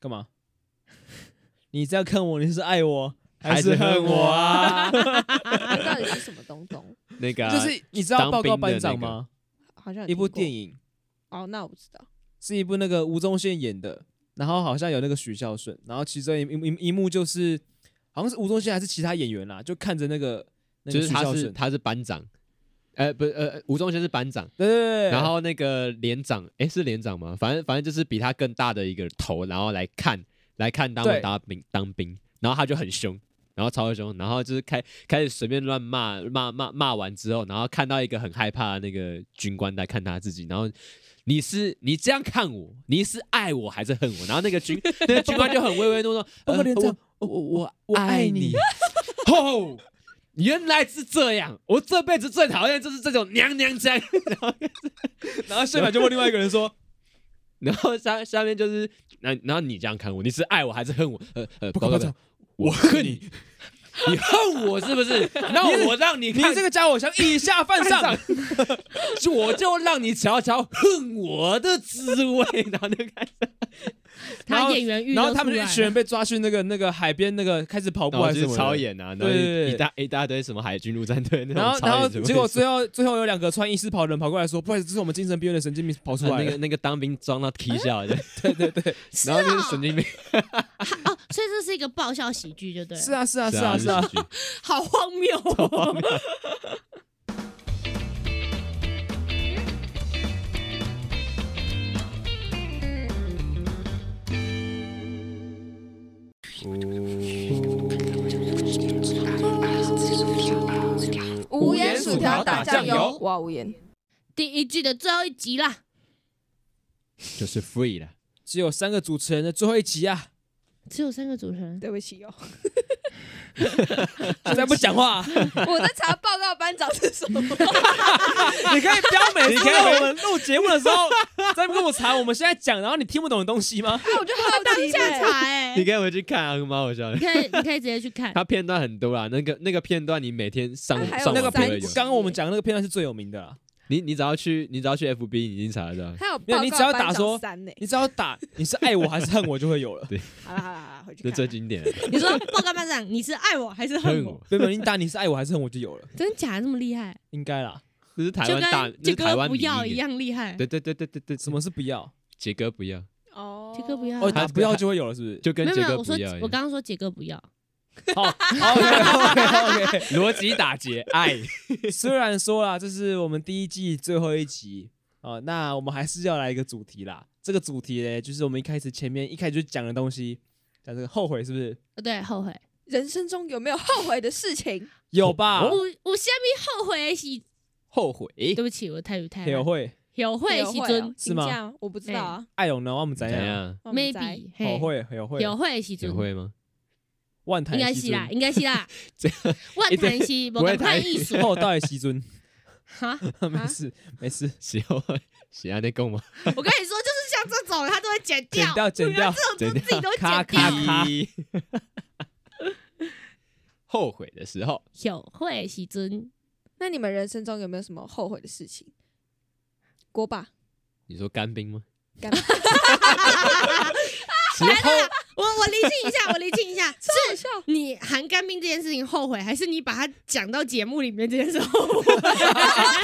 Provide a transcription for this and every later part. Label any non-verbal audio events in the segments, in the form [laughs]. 干嘛？ [laughs] 你这样看我，你是爱我还是恨我啊？ [laughs] 啊？那到底是什么东东？那个啊就是你知道当报兵告的班那长个吗？好像有一部听过电影哦，那我不知道。是一部那个吴宗宪演的，然后好像有那个许孝顺，然后其中一一一一幕就是好像是吴宗宪还是其他演员啦，就看着那个那个就是许他孝是顺，他是班长，呃不呃吴宗宪是班长，对对对对，然后那个连长诶，是连长吗？反正反正就是比他更大的一个头，然后来看来看他对们当兵当兵，然后他就很凶。然后超级凶，然后就是开开始随便乱骂骂骂骂完之后，然后看到一个很害怕的那个军官来看他自己，然后你是你这样看我，你是爱我还是恨我？然后那个军那个军官就很唯唯 [laughs] 诺诺，报告呃连长，我我我哦我爱你 [laughs] 你。哦，原来是这样！我这辈子最讨厌就是这种娘娘腔。 [laughs] 然后，然后宪法就问另外一个人说然后下下面就是，然然后你这样看我，你是爱我还是恨我？呃呃，：“报告班长，，我恨你，你恨我是不 [laughs] 是？那我让你 [laughs] 你看，这个家伙想以下 [laughs] 犯上。就我就让你瞧瞧恨我的滋味。 [laughs] 然后就开始，然他后演员”欲然后都他们出就一来群人了被抓去那个那个海边那个开始跑步还是什么的演啊，然对对对大一大堆什么海军陆战队那然后，超然后演什么结果最后最后有两个穿医师袍的人跑过来说：“不好意思，这是我们精神病院的神经病跑出来 [laughs] 那了。个那个当兵装到踢笑的， [laughs] 对对对，然后就是神经病。哦，所以这是一个爆笑喜剧，就对了。是啊是 [laughs] 啊是啊是啊。喜剧好荒谬、哦！无盐薯条打酱油哇，无盐。第一季的最后一集啦，就是 free 了。只有三个主持人的最后一集啊，只有三个主持人，对不起哦， [laughs] 再不讲 [laughs] 话，我在查报告班长是 [laughs] 什么。你可以不要每次我们录节目的时候 [laughs] 再跟我查我们现在讲，然后你听不懂的东西 [laughs] 吗？我就好奇下查哎、你可以回去看啊，蛮好笑的你。可以 [laughs] 你可以直接去看，它片段很多啦，那个那个片段你每天上还有上那网个都三会片，有集。刚刚我们讲的那个片段是最有名的啦。你你只要去你只要去 FB，你已经查得到。还有没有报你只告要班打说长三呢。你只要打你是爱我还是恨我就会有了。好了好了好了，回去这看。最经典的，你说报告班长，你是爱我还是恨恨我？我，没有，没有你打你是爱我还是恨我就有了，真假的这么厉害？应该啦。这是台就湾大，跟这杰是台哥湾不民要意一。样厉害。对对对对对对，什么是不要？杰哥不要，哦杰哥不要哦，他打不要就会有了，是不是？就跟没有没杰有，哥我不说要一我样。刚刚说杰哥不要，好，OK OK OK。逻辑打劫，爱。虽然说啦，这是我们第一季最后一集啊、呃那我们还是要来一个主题啦。这个主题嘞，就是我们一开始前面一开始就讲的东西，讲这个后悔是不是？呃对，后悔。人生中有没有后悔的事情？有啊吧？我我下面后悔的是，后悔，对不起，我泰语太有会有 [laughs] 哦会有喜哦尊哎是吗？请假我不知道啊。爱勇呢？我们怎怎样？样？我不知道欸，maybe 嘿有会有会有会喜你尊，会吗？万台应该西是啦，尊，应该是 [laughs] 啦。万谈西，哎不我会赶快台语艺术后到底西尊？ [laughs] 哈。没事没事，喜欢喜欢那够吗？我跟你说，就是像这种，他都会剪剪掉，掉剪掉剪自己掉。都会咔剪咔掉。咔。后悔的时候，有会的时尊，那你们人生中有没有什么后悔的事情？锅巴，你说干冰吗？干 [laughs] 时候我我厘清一下， [laughs] 我厘清一下，好 [laughs] 是笑。你含干冰这件事情后悔，还是你把它讲到节目里面这件事后悔？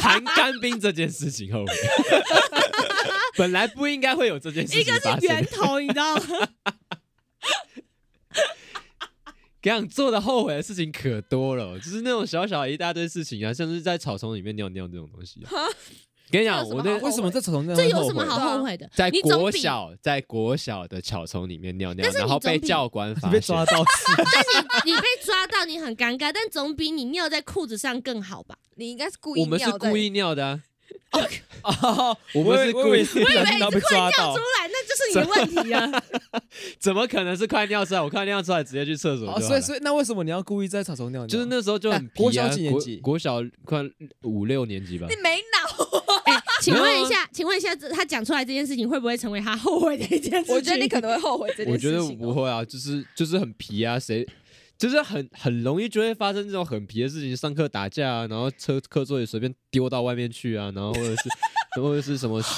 谈干冰这件事情后悔，本来不应该会有这件事 [laughs] 一情个发是生源。头，你知道吗？ [laughs] 这样做的后悔的事情可多了，就是那种小小一大堆事情啊，像是在草丛里面尿尿这种东西、啊。跟你讲，这有什么我好那为什么这草丛这样这会有后什么悔？好后悔的？在你总国比，小，在国小的草丛里面尿尿但，是你然后被总比教官你发被现，抓到是？ [laughs] 但是你你被抓到，你很尴尬，但总比你尿在裤子上更好吧？你应该是故意我们是尿的故意尿的、啊，哦我们是以为故以为意，是不小心然后被抓尿到出。来，那就是你的问题 [laughs] 啊！怎么可能是快尿出来？我快尿出来直接去厕所就好哦，了。所以所以那为什么你要故意在草丛尿尿？啊就是那时候就很哎皮啊，国小几年级国国小快五六年级吧你。没 [laughs] 脑，哎、请问一下，请问一下，这他讲出来这件事情会不会成为他后悔的一件事情？我觉得你可能会后悔这我件觉事情得不哦。会啊，就是就是很皮啊，谁就是很很容易就会发生这种很皮的事情，上课打架啊，然后车课桌也随便丢到外面去啊，然后或者是或者是什么，啊，你是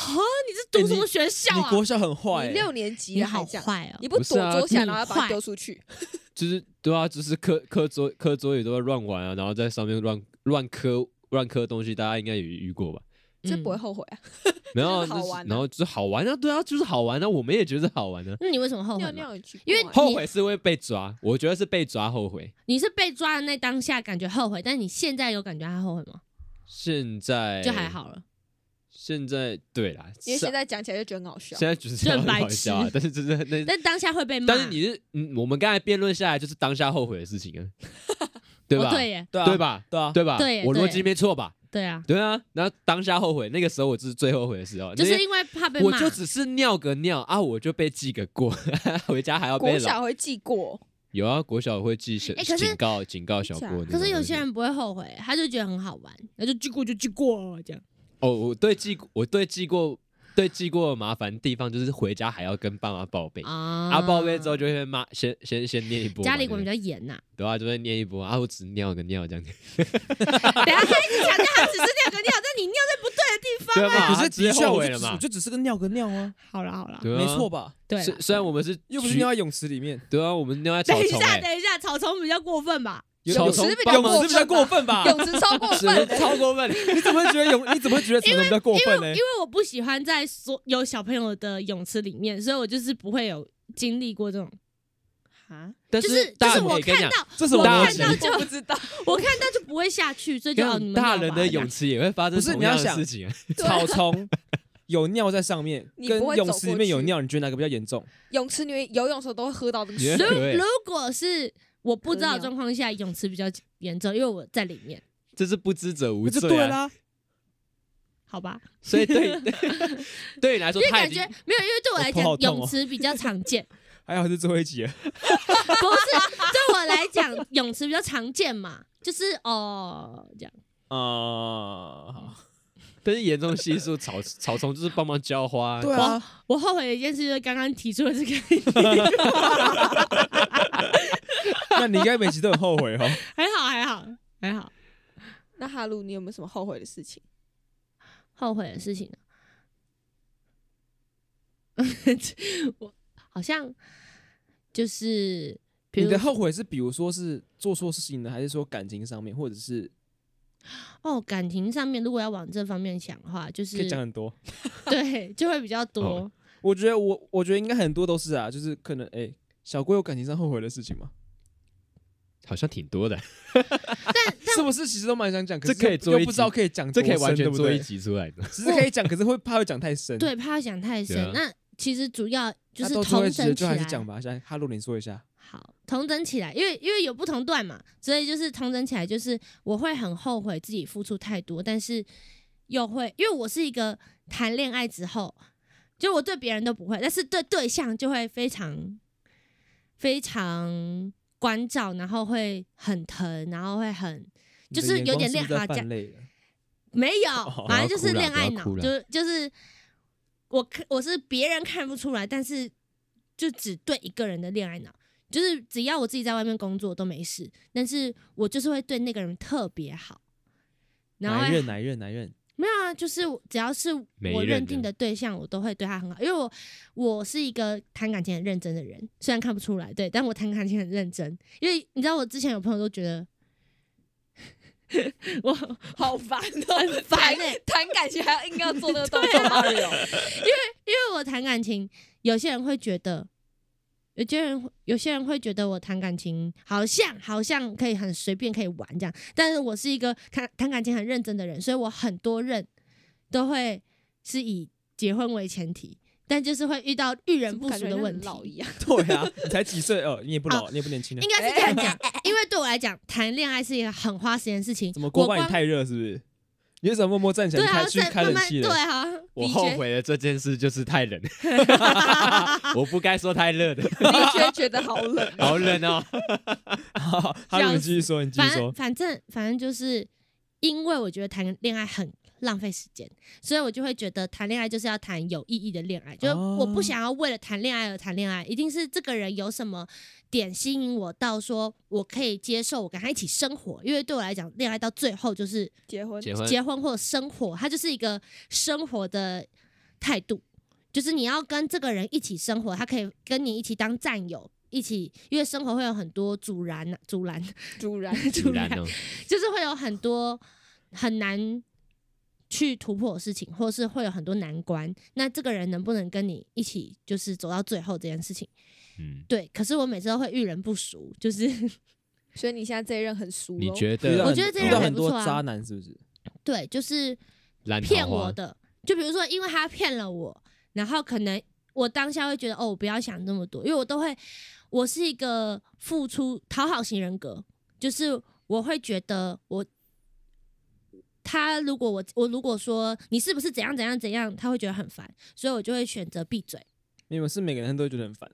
读什么学校哎你啊？国小很坏、欸你六，年级你了还好这样，坏哦你！不不躲是啊桌下，你然后要把它坏丢出去，就是对啊，就是课课桌课桌也都在乱玩啊，然后在上面乱乱磕乱磕东西，大家应该也遇过吧？这嗯不会后悔啊。然后就是好玩啊然后就是好玩啊，对啊，就是好玩啊，我们也觉得好玩啊。那你为什么后悔尿吗？尿也去过啊，因为后悔是会被抓，我觉得是被抓后悔。你是被抓的那当下感觉后悔，但你现在有感觉他后悔吗？现在就还，好了。现在对啦，因为是啊现在讲起来就觉得很好笑现。在只是就很很白好笑啊痴，但是就是那但当下会被骂，但是你是，嗯，我们刚才辩论下来就是当下后悔的事 [laughs] 情啊，对吧？哦对耶，对啊，对？吧？对啊，对吧？对耶我逻对辑没错吧？对啊，对啊，然后当下后悔，那个时候我就是最后悔的时候，就哦那是些因为怕被我骂，就只是尿个尿啊，我就被记个过， [laughs] 回家还要被国老小会记过，有啊，国小会记小哎可是警告警告小真过那种假东西。可是有些人不会后悔，他就觉得很好玩，那就记过就记过这样。哦，我对记我对记过对记过的麻烦的地方就是回家还要跟爸妈报备。啊啊，报备之后就会骂，先先先念一波嘛。家里管对比不对较 [laughs] 严呐。对啊，就会念一波啊，我只尿个尿这样。等一下他一直强调他只是尿个尿，但你尿在不对的地方。对哎嘛？可是直接的确后我悔就了只是嘛我？就只是个尿个尿啊，好啦好啦，对啊，没错。吧？对啦虽虽然我们是又不是局尿在泳池里面，对啊，我们尿在等草一丛下欸，等一下，草丛比较过分吧？草泳丛池比帮较忙泳过池比较分过吧，分吧？泳池超过啊是不是分的，超过分，你怎么会觉得泳？你怎么会觉得草丛比较过分呢因？为我不喜欢在所有小朋友的泳池里面，所以我就是不会有经历过这种。啊，但就是就大是人我也跟你看讲，到，这什么我大逻看辑？到就我不 [laughs] 知道。我看到就不会下去，所以就哦，你跟们大尿人吧的这样泳池也会发生不是同你要样的想事情啊。对啊草丛有尿在上面，你跟不会泳走池过里面有去尿，你觉得哪个比较严重？泳池里面游泳的时候都会喝到这个你觉水得，如对如果是我不知道的可以啊状况下，泳池比较严重，因为我在里面，这是不知者无那就罪对啊，啦，好吧？所以对 [laughs] 对你来说因为他感已觉经没有，因为对我 [laughs] 来我头好讲，痛哦泳池比较常见， [laughs] 还好是最后一集了，不是对我来讲，泳池比较常见嘛，就是哦这样。啊，好哦但是严重系数草草丛就是帮忙浇花啊，对啊，我后悔的一件事就是刚刚提出了这个， [laughs] [laughs] 那你应该每集都很后悔哦。还好还好还好，那哈鲁，你有没有什么后悔的事情？后悔的事情呢？ [laughs] 我好像就是，比你如的后悔是比如说是做错事情呢，还是说感情上面，或者是哦，感情上面如果要往这方面想的话，就可以是讲很多？对，就会比较多。哦我觉得我我觉得应该很多都是啊，就是可能哎、小郭有感情上后悔的事情吗？好像挺多的，是不是？其实都蛮想讲，这是可以又做一又不知道集可以讲这多深，可以完全对不做对一，集出来的。其实可以讲，可是会怕会讲太深。对，怕讲太深。对啊那其实主要就那是都最后同一集了整起就来，还是讲吧。现在哈鲁，你说一下，好，同整起来，因为因为有不同段嘛，所以就是同整起来，就是我会很后悔自己付出太多，但是又会，因为我是一个谈恋爱之后，就我对别人都不会，但是对对象就会非常非常关照，然后会很疼，然后会很你的就是眼有光点是不恋是在啊泛这样泪了。没哦有，反正就不要是哭啦恋爱不要脑哭，啦就是就是我看我是别人看不出来，但是就只对一个人的恋爱脑，就是只要我自己在外面工作都没事，但是我就是会对那个人特别好，然后哪一会任？哪一任？哪一任？ [laughs] 没有啊，就是我只要是每一我任认定的对象，我都会对他很好，因为我我是一个谈感情很认真的人，虽然看不出来，对，但我谈感情很认真，因为你知道我之前有朋友都觉得 [laughs] 我 [laughs] 好烦啊哦，很烦欸谈感情还要硬要做那个动作，哎哪里有？因为我谈感情，有些人会觉得，有些人有些人会觉得我谈感情好像好像可以很随便可以玩这样，但是我是一个谈谈感情很认真的人，所以我很多任都会是以结婚为前提，但就是会遇到遇人不淑 [laughs] 的问题。老 [laughs] 一样，对啊，你才几岁哦，你也不啊老，你也不年轻了应。该是这样讲，因为对我来讲，谈恋爱是一个很花时间的事情。怎么我锅巴你光太热是不是？你为什么默默站起来对去啊，开去在开慢冷慢气对了？啊，我你后觉得悔的这件事就是太 [laughs] 冷，我不该说太热的，的确觉得 [laughs] 好冷。好冷哦。 [laughs] [laughs] 好，好，你继续说，你继续啊反说。反正反正就是因为我觉得谈恋爱很浪费时间，所以我就会觉得谈恋爱就是要谈有意义的恋爱，就是我不想要为了谈恋爱而谈恋爱，一定是这个人有什么点吸引我到说我可以接受，我跟他一起生活，因为对我来讲，恋爱到最后就是结婚结婚结婚或者生活，它就是一个生活的态度，就是你要跟这个人一起生活，他可以跟你一起当战友，一起，因为生活会有很多阻拦啊，阻拦，主然突然哦，就是会有很多很难去突破的事情，或是会有很多难关。那这个人能不能跟你一起，就是走到最后这件事情？嗯，对，可是我每次都会遇人不淑，就是 [laughs] 所以你现在这一任很熟哦你咯，觉遇到得我觉得这遇人到还很不多错啊渣男是不是？对，就是烂桃骗花我的。就比如说，因为他骗了我，然后可能我当下会觉得，哦，我不要想这么多，因为我都会，我是一个付出讨好型人格，就是我会觉得我。他如果我我如果说你是不是怎样怎样怎样，他会觉得很烦，所以我就会选择闭嘴。你们是每个人都觉得很烦，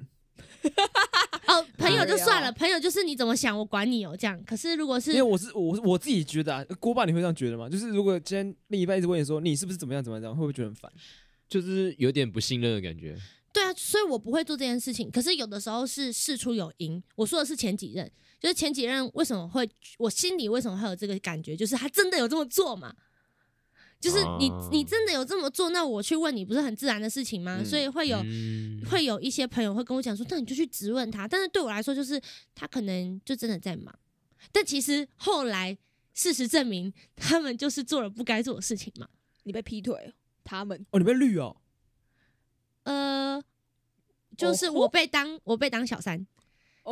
哦，朋友就算哎了，呦朋友就是你怎么想我管你哦，这样。可是如果是因为我是我我自己觉得啊，锅巴你会这样觉得吗？就是如果今天另一半一直问你说你是不是怎么样怎么样怎么样，会不会觉得很烦？就是有点不信任的感觉，对啊，所以我不会做这件事情。可是有的时候是事出有因，我说的是前几任，就是前几任为什么会，我心里为什么会有这个感觉，就是他真的有这么做嘛？就是你、哦你真的有这么做，那我去问你不是很自然的事情吗？嗯所以会有、嗯会有一些朋友会跟我讲说，那你就去质问他。但是对我来说，就是他可能就真的在忙，但其实后来事实证明，他们就是做了不该做的事情嘛。你被劈腿，他们哦，你被绿哦，呃，就是哦吼我被当我被当小三。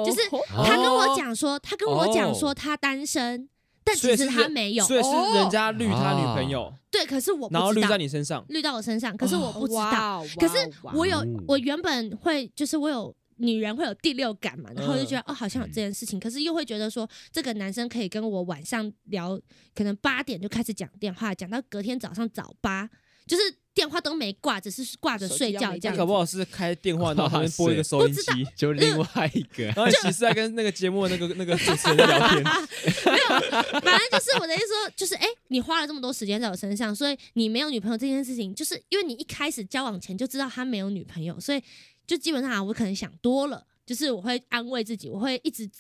就是哦吼他跟我哦讲说，他跟我讲哦说他单身，但所以其实是他没有。所以是人家绿他女朋友，对，可是我不然后知绿道在，你身上，绿到我身上，可是我不知道。哇哦可是哇哦我有哦，我原本会就是我有女人会有第六感嘛，然后我就嗯觉得哦，好像有这件事情，可是又会觉得说这个男生可以跟我晚上聊，可能八点就开始讲电话，讲到隔天早上早八，就是电话都没挂，只是挂着手机睡要觉没这样带搞子不。好是开电话，然后旁边播一个收音机，就另嗯外一个然后你其实在跟那个节目的那个那个主持人在聊天，反正就是我的意思说，就是哎、诶你花了这么多时间在我身上，所以你没有女朋友这件事情，就是因为你一开始交往前就知道他没有女朋友，所以就基本上啊我可能想多了，就是我会安慰自己，我会一直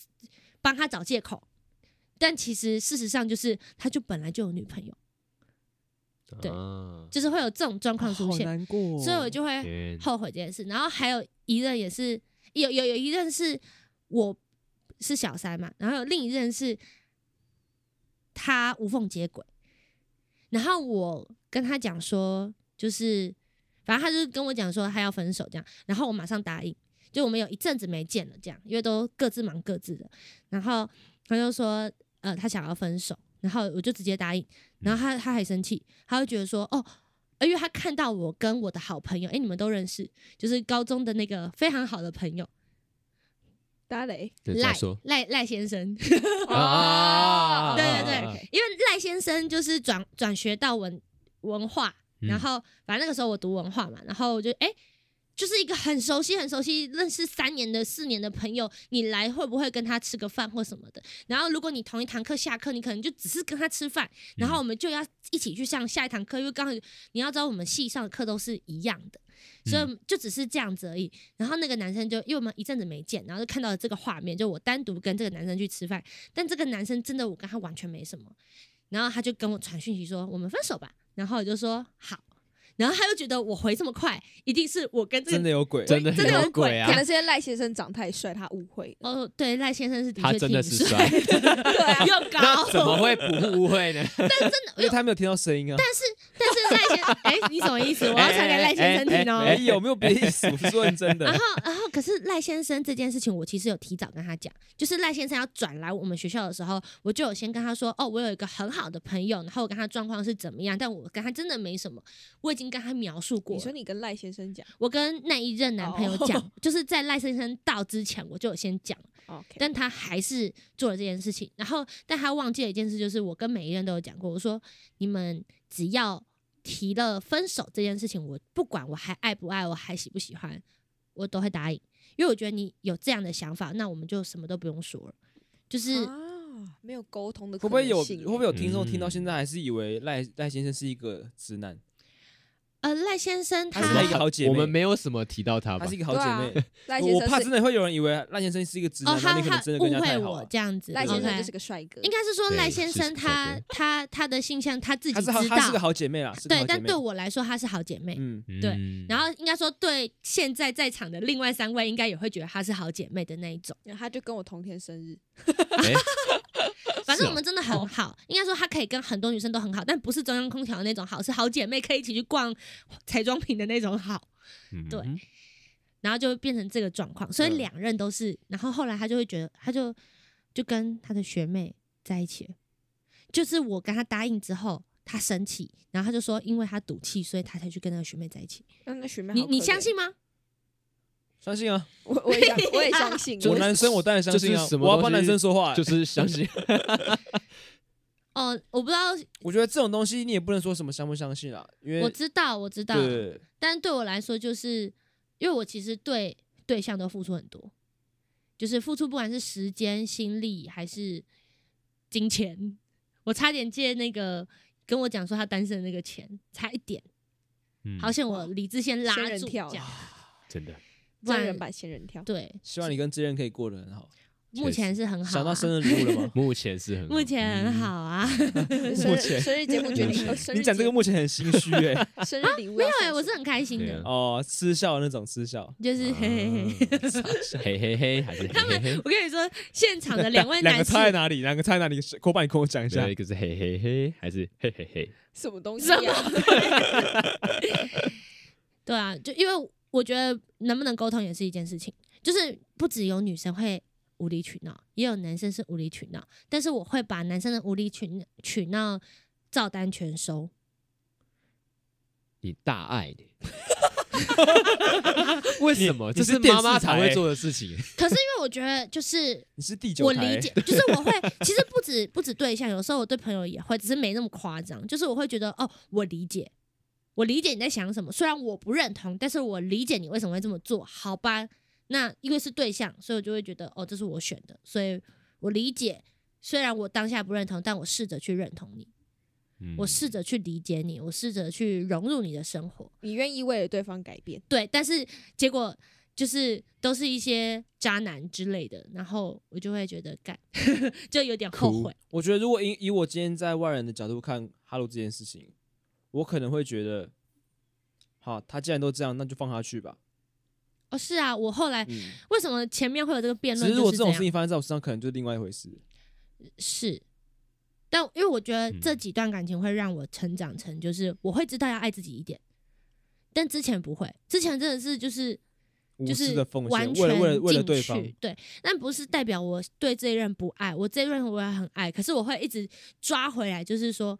帮他找借口，但其实事实上就是他就本来就有女朋友，对啊就是会有这种状况出现，难过哦所以我就会天后悔这件事。然后还有一任也是有有有一任是我是小三嘛，然后有另一任是他无缝接轨，然后我跟他讲说，就是反正他就是跟我讲说他要分手这样，然后我马上答应。就我们有一阵子没见了，这样，因为都各自忙各自的。然后他就说，呃，他想要分手，然后我就直接答应。然后他他还生气，他就觉得说，哦，因为他看到我跟我的好朋友，哎，你们都认识，就是高中的那个非常好的朋友打雷，对赖再说赖赖先生，啊对对对对，因为赖先生就是转转学到文文化，嗯然后反正那个时候我读文化嘛，然后我就哎、诶就是一个很熟悉、很熟悉、认识三年的、四年的朋友，你来会不会跟他吃个饭或什么的？然后如果你同一堂课下课，你可能就只是跟他吃饭，嗯然后我们就要一起去上下一堂课，因为刚好你要知道我们系上的课都是一样的，嗯所以就只是这样子而已。然后那个男生就因为我们一阵子没见，然后就看到了这个画面，就我单独跟这个男生去吃饭，但这个男生真的我跟他完全没什么，然后他就跟我传讯息说我们分手吧，然后我就说好，然后他又觉得我回这么快，一定是我跟这真个的有鬼，真的真的有有鬼可啊能！是因为赖先生长太帅，他误会了。哦对赖先生是的他确真挺的是帅帅，的，对啊，又高那，怎么会不误会呢？因为他没有听到声音啊。但是赖先哎、你什么意思？我要传给赖先生听哦。哎，有没有别的意思？我是说认真然的后，然后，可是赖先生这件事情，我其实有提早跟他讲，就是赖先生要转来我们学校的时候，我就有先跟他说，哦，我有一个很好的朋友，然后我跟他状况是怎么样，但我跟他真的没什么，我已经跟他描述过你了说你跟赖先生讲我跟那一任男朋友讲，哦就是在赖先生到之前，我就有先讲， ，OK，但他还是做了这件事情。然后，但他忘记了一件事，就是我跟每一任都有讲过，我说你们只要提了分手这件事情，我不管我还爱不爱，我还喜不喜欢，我都会答应，因为我觉得你有这样的想法，那我们就什么都不用说了。就是啊啊，没有沟通的会可不会有能会性欸，不会有听众听到嗯现在还是以为赖赖先生是一个直男？呃，赖先生 [laughs] 他他是那一个好姐妹我们没有什么提到他吧她是？一个好姐妹，赖先我生怕是真的会有人以为赖先生是一个直哦男，，那他你可能他真的跟误人家会太好啊我了。这样子，赖先生 OK 就是个帅哥，应该是说赖对先是帅生他哥他他的性向他自己她知是好，她是个道，好姐妹啦，是个对好，姐但妹对我来说她是好姐妹。嗯，对嗯然后应该说，对现在在场的另外三位，应该也会觉得她是好姐妹的那一种。然后他就跟我同天生日， [laughs] 哎反是正哦我们真的很好，应该说她可以跟很多女生都很好，但不是中央空调的那种好，是好姐妹可以一起去逛彩妆品的那种好。嗯对 [laughs] 然后就变成这个状况，所以嗯两任都是。然后后来他就会觉得，他就就跟他的学妹在一起了，就是我跟他答应之后，他生气，然后他就说，因为他赌气，所以他才去跟那个学嗯妹在一起。那那学妹你好你可相怜信吗？相信啊，我我也相我也 [laughs] 相信，我男生我当然相信这啊是什，么我要帮东男西生说话欸。就是相信哦，我不知道，我觉得这种东西你也不能说什么相不相信啦，因为我知道，我知道，对但对我来说，就是因为我其实对对象都付出很多，就是付出不管是时间、心力还是金钱。我差点借那个跟我讲说他单身的那个钱，差一点，嗯好险我理智先拉仙人住，跳这样啊真的？不然真人版仙人跳，对，希望你跟这人可以过得很好。目前是很好、啊，想到生日嗯礼物了吗 [laughs] 目前是很好目前很好，啊。生目日前生日节目决 [laughs] 定，呃生日你讲节这个目前很心 [laughs] 虚哎、 [laughs] 目生日礼物没有要哎、送我什是么很开心对的，啊哦，失笑那种失笑，就是嘿嘿嘿。 [laughs] 嗯嘿嘿嘿，还是他们我跟你说，现场的两位两个男差在性，哪里？两个差在哪里？口板，你跟我讲一下有。一个是嘿嘿嘿，还是嘿嘿嘿，什么东西什啊？对啊，就因为我觉得能不能沟通也是一件事情，就是不只有女生会无理取闹，也有男生是无理取闹，但是我会把男生的无理取取闹照单全收。你大爱你。为什么？你这你是是电妈妈视台才欸会做的事情。可是因为我觉得，就是你是第九我台、欸 [laughs] 理解，就是我会，其实不止不止对象，有时候我对朋友也会，只是没那么夸张。就是我会觉得，哦，我理解，我理解你在想什么，虽然我不认同，但是我理解你为什么会这么做，好吧？那因为是对象，所以我就会觉得，哦，这是我选的，所以我理解。虽然我当下不认同，但我试着去认同你，嗯我试着去理解你，我试着去融入你的生活。 [laughs] 你愿意为了对方改变？对，但是结果就是都是一些渣男之类的，然后我就会觉得干， [laughs] 就有点后哭悔。我觉得如果以以我今天在外人的角度看哈喽这件事情，我可能会觉得，好，他既然都这样，那就放他去吧。哦，是啊，我后来嗯，为什么前面会有这个辩只论？是如果这这种事样情发生在我身上，可能就是另外一回事。是，但因为我觉得这嗯几段感情会让我成长成，就是我会知道要爱自己一点，但之前不会，之前真的是就是无就私是的奉献完，为全了为了为了进对去方，对，但不是代表我对这一任不爱，我这一任我也很爱，可是我会一直抓回来，就是说，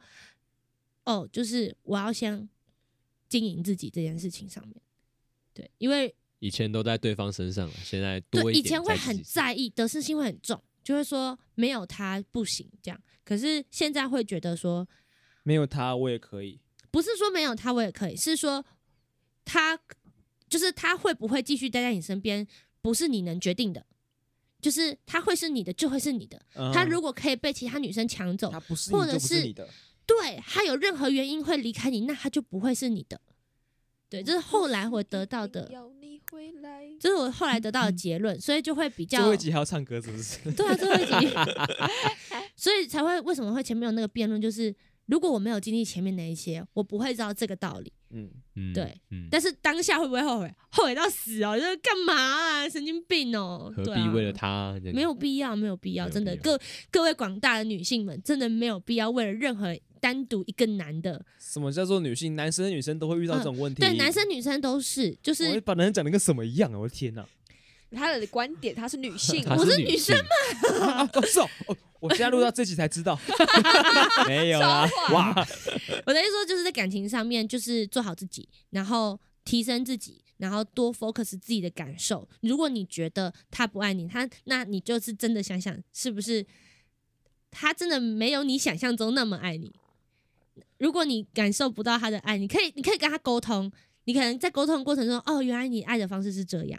哦，就是我要先经营自己这件事情上面，对，因为以前都在对方身上了，现在多对一以点前会自己很在意，得失心会很重，就会说没有他不行这样，可是现在会觉得说，没有他我也可以。不是说没有他我也可以，是说他就是他会不会继续待在你身边，不是你能决定的，就是他会是你的就会是你的。嗯他如果可以被其他女生抢走他，不是或你者就不是是你的，对他有任何原因会离开你，那他就不会是你的。对，这是后来我得到一定的，要你回来这是我后来得到的结论，所以就会比较最后一集还要唱歌是不是？ [laughs] 对啊，最后一集，所以才会为什么会前面有那个辩论，就是如果我没有经历前面那一些，我不会知道这个道理。嗯，嗯对，嗯，但是当下会不会后悔？后悔到死哦！就是干嘛啊？神经病哦！何对必啊为了他？没有必要，没有必要，没有真的，必各要各位广大的女性们，真的没有必要为了任何单独一个男的，什么叫做女性？男生女生都会遇到这种问题。啊对，男生女生都是，就我会是把男生讲的跟什么一样啊！我的天哪！他的观点，他是女性，她我是女女生嘛，啊哦是哦，哦我现在录到这集才知 [laughs] 道， [laughs] 没有超啦，坏，哇，我的意思说，就是在感情上面，就是做好自己，然后提升自己，然后多 focus 自己的感受。如果你觉得他不爱你，他那你就是真的想想，是不是他真的没有你想象中那么爱你？如果你感受不到他的爱，你可以，你可以跟他沟通，你可能在沟通的过程中，哦，原来你爱的方式是这样。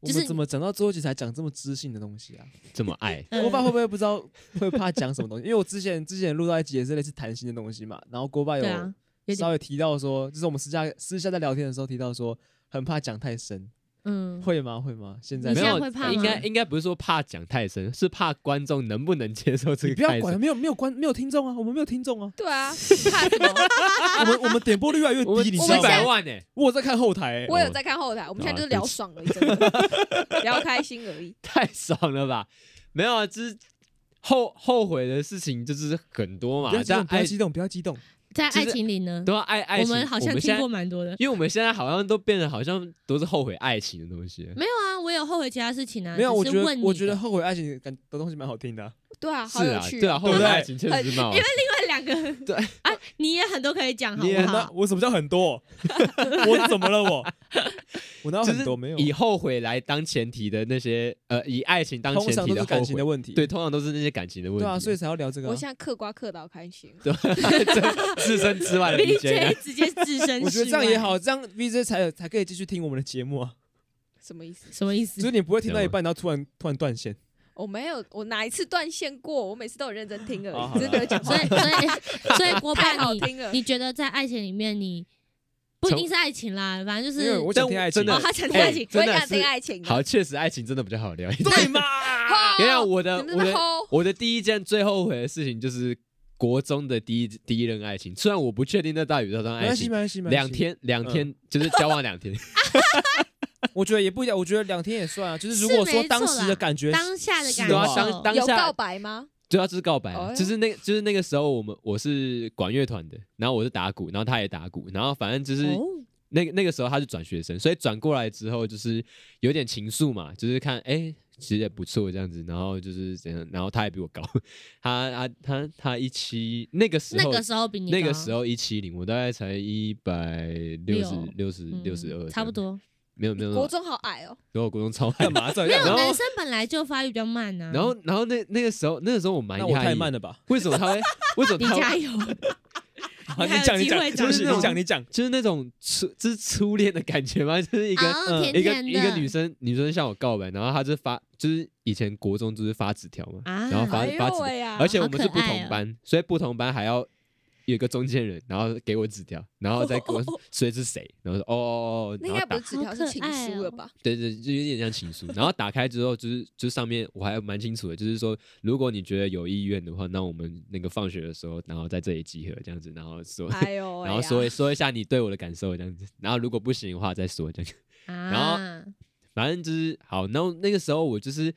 我就是，们怎么讲到最后一集才讲这么知性的东西啊？这么爱嗯郭爸会不会不知道会怕讲什么东西？因为我之前之前录到一集也是类似谈心的东西嘛，然后郭爸对啊有，有稍点微提到说，就是我们私下私下在聊天的时候提到说，很怕讲太深，嗯，会吗？会吗？现在你没现在有会怕吗哎应该应该不是说怕讲太深，是怕观众能不能接受这你个不要太管，深。没有没有关没有听众啊，我们没有听众啊 [laughs] 对啊，怕什 [laughs] 么？我们我们点播率越来越我们低，你几知道百吗？万呢，我有在看后台、欸，我有在看后台，我们现在就是聊爽而已，真的 [laughs] 聊开心而已。太爽了吧？没有啊，就是后后悔的事情就是很多嘛不要，激啊但动，不要哎爱激动，不要激动。在其爱实情里呢，都要爱爱嗯我情，们好像现听在过蛮多的。因为我们现在好像都变得好像都是后悔爱情的东西。没有啊，我有后悔其他事情啊。没有，我只觉是得问你我觉得的后悔爱情感的东西蛮好听的啊、对啊，好是有啊，趣哦。对啊，后悔对不对爱情确实是蛮好因为另外 [laughs] 两个对啊，你也很多可以讲，好你也不那好？我什么叫很多？ [laughs] 我怎么了我？我哪有就是很多没有？以后悔来当前提的那些，呃，以爱情当通前常提都的是后感情的悔，问题。对，通常都是那些感情的问题。对啊，所以才要聊这个、我啊。现在嗑瓜嗑到开心，对自身之外的 DJ， [laughs] BJ 直接置身，我觉得这样也。好，这样 VJ 才有才可以继续听我们的节目 [laughs] 啊。什么意思？什么意思就？是你不会听到有一半，然后突然突然断 [laughs] 线。我没有，我哪一次断线过？我每次都有认真听哦而好啦已，真的有讲话所以，所 [laughs] 以，所以郭太爸，好你听了。你觉得在爱情里面，你不一定是爱情啦，反正就因为是我想听爱情但我真的哦，他想听哎爱情，我真的啊想听是爱情的。好，确实爱情真的比较好聊一点。对嘛？哇，原来我的你们我在的吼我的第一件最后悔的事情就是国中的第一第一任爱情，虽然我不确定那到底算不算没爱关系，情没，关系，没关系嗯两。天两天就是交往两天，我觉得也不一样，我觉得两天也算啊。就是是如果说没错当时啦的感觉，当下的感是受，啊当当有下告白吗？对啊，就是告白啊、哦就是那个，就是那个时候我们我是管乐团的，然后我是打鼓，然后他也打鼓，然后反正就是哦那个那个时候他是转学生，所以转过来之后就是有点情愫嘛，就是看哎、其实也不错这样子，然后就是怎样，然后他也比我高， [laughs] 他他他他一七那个时那候个时候比你那个高时候一七零，我大概才一百六十六十嗯六十二，差不，多。没有没有，没有国中好矮哦，然后我国中超干慢，嘛这没样？有然后男生本来就发育比较慢啊，然后然后那那个时候那个时候我蛮那我太讶异慢了吧？为什么他会为什么 [laughs] 你他会加油，啊你还有讲，你机讲，会对不起讲你讲，你讲。就是那种初，就是初恋的感觉吗？ [laughs] 就是一个、哦，甜一个甜的一个女生，女生向我告白，然后她就发，就是以前国中就是发纸条嘛，啊然后发哎发纸条，呦喂呀！而且我们是不好可爱同哦班，所以不同班还要有一个中间人，然后给我纸条，然后再给我谁是谁，然后说哦哦哦，然那应后该打不是纸条，是情书了 [laughs] 吧？对对，就有点像情书，然后打开之后就是就上面我还蛮清楚的，就是说如果你觉得有意愿的话，那我们那个放学的时候，然后在这里集合这样子，然后说。哎呦喂呀！然后说一说一下你对我的感受这样子，然后如果不行的话再说这样。啊然后反正就是好，然后 [laughs] 那个时候我就是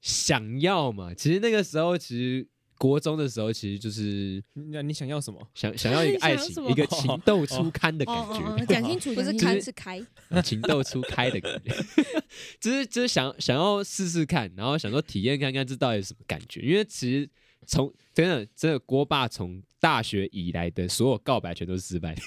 想要嘛，其实那个时候其实国中的时候其实就是那你想要什么？想想 [laughs] 要一个想爱要什情，么一个情窦初开的哦感哦觉哦，，讲清楚，不是讲清楚看是开，啊 [laughs] 情窦初开的感觉， [laughs] 就是就是想想要试试看，然后想说体验看看这到底是什么感觉，因为其实从真的真的郭爸从大学以来的所有告白全都是失败的。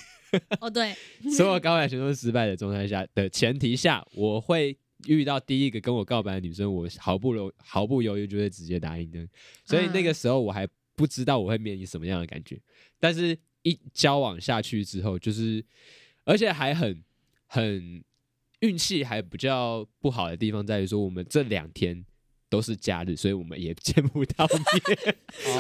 哦，对， [laughs] 所有告白全都是失败的状态下的前提下，我会遇到第一个跟我告白的女生，我毫不犹毫不犹豫就会直接答应的。所以那个时候我还不知道我会面临什么样的感觉，但是一交往下去之后，就是而且还很很运气还比较不好的地方在于说，我们这两天都是假日，所以我们也见不到面。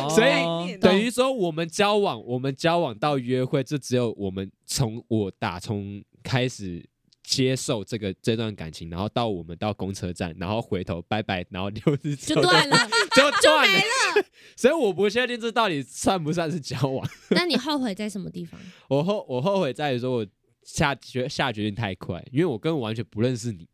所哦以等于说我们交往，我们交往到约会，这只有我们从我打从开始接受这个这段感情，然后到我们到公车站，然后回头拜拜，然后六日之就后断 [laughs] 了。就断了， [laughs] 所以我不确定这到底算不算是交往。那你后悔在什么地方？我后我后悔在于说我下决下决定太快，因为我根本完全不认识你，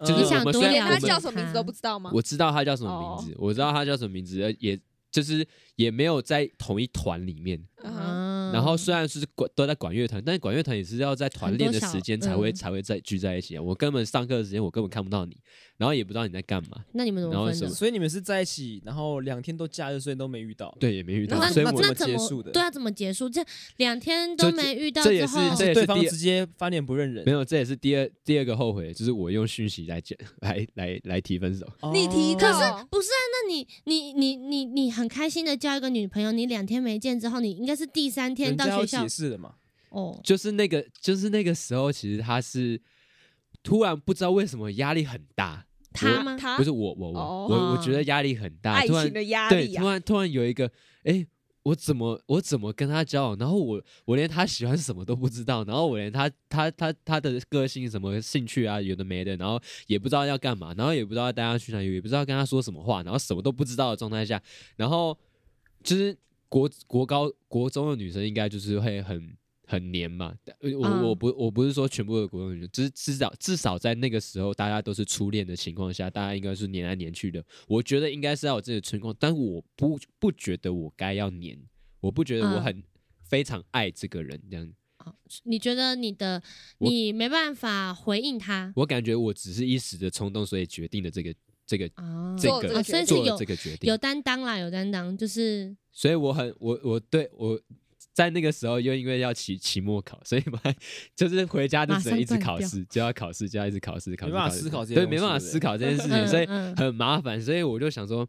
就是嗯你我想们多虽然了连解他我们叫什么名字都不知道吗？我知道他叫什么名字，我知道他叫什么名字，呃也就是也没有在同一团里面。嗯哼然然后虽然是管都在管乐团，但是管乐团也是要在团练的时间才会、很多小嗯才会在聚在一起啊。我根本上课的时间我根本看不到你，然后也不知道你在干嘛，那你们怎然么后分什的么？所以你们是在一起，然后两天都假日，所以都没遇到。对，也没遇到那，所以那我们那怎怎么么结束的对啊，怎么结束？这两天这都没遇到这也之是后，这是也是对方第二直接翻脸不认人没。有，这也是第二第二个后悔，就是我用讯息来讲来来来提分手。哦你提可到是不是啊？那你你你你你很开心的交一个女朋友，你两天没见之后，你应该是第三天人到家要学校解释了嘛？哦，就是那个就是那个时候，其实他是突然不知道为什么压力很大，他吗？他不是我我我哦我我觉得压力很大，爱突然情的压对，力突啊，然突然有一个，哎，我怎么我怎么跟他交往？然后我我连他喜欢什么都不知道，然后我连他他他他的个性什么兴趣啊，有的没的，然后也不知道要干嘛，然后也不知道要带他去哪里，也不知道跟他说什么话，然后什么都不知道的状态下，然后就是国国高国中的女生应该就是会很。很黏嘛，但呃嗯我我不我不是说全部的国中女生，只是至少至少在那个时候，大家都是初恋的情况下，大家应该是黏来黏去的。我觉得应该是要有自己的春光，但我不不觉得我该要黏，我不觉得我嗯很、非常爱这个人这样。你觉得你的我你没办法回应他我感觉我只是一时的冲动，所以决定了这个这个啊？这做这个个哦所决以是做了有这个决定有，担当啦，有担当，就是所以我很我我对我。在那个时候，又因为要期期末考，所以嘛，就是回家就只能一直马上断考掉试，就要考试，就要一直考试，考没试办法试思考这些对，东没西办对法不对思考这件事情，嗯所以嗯很麻烦，所以我就想说，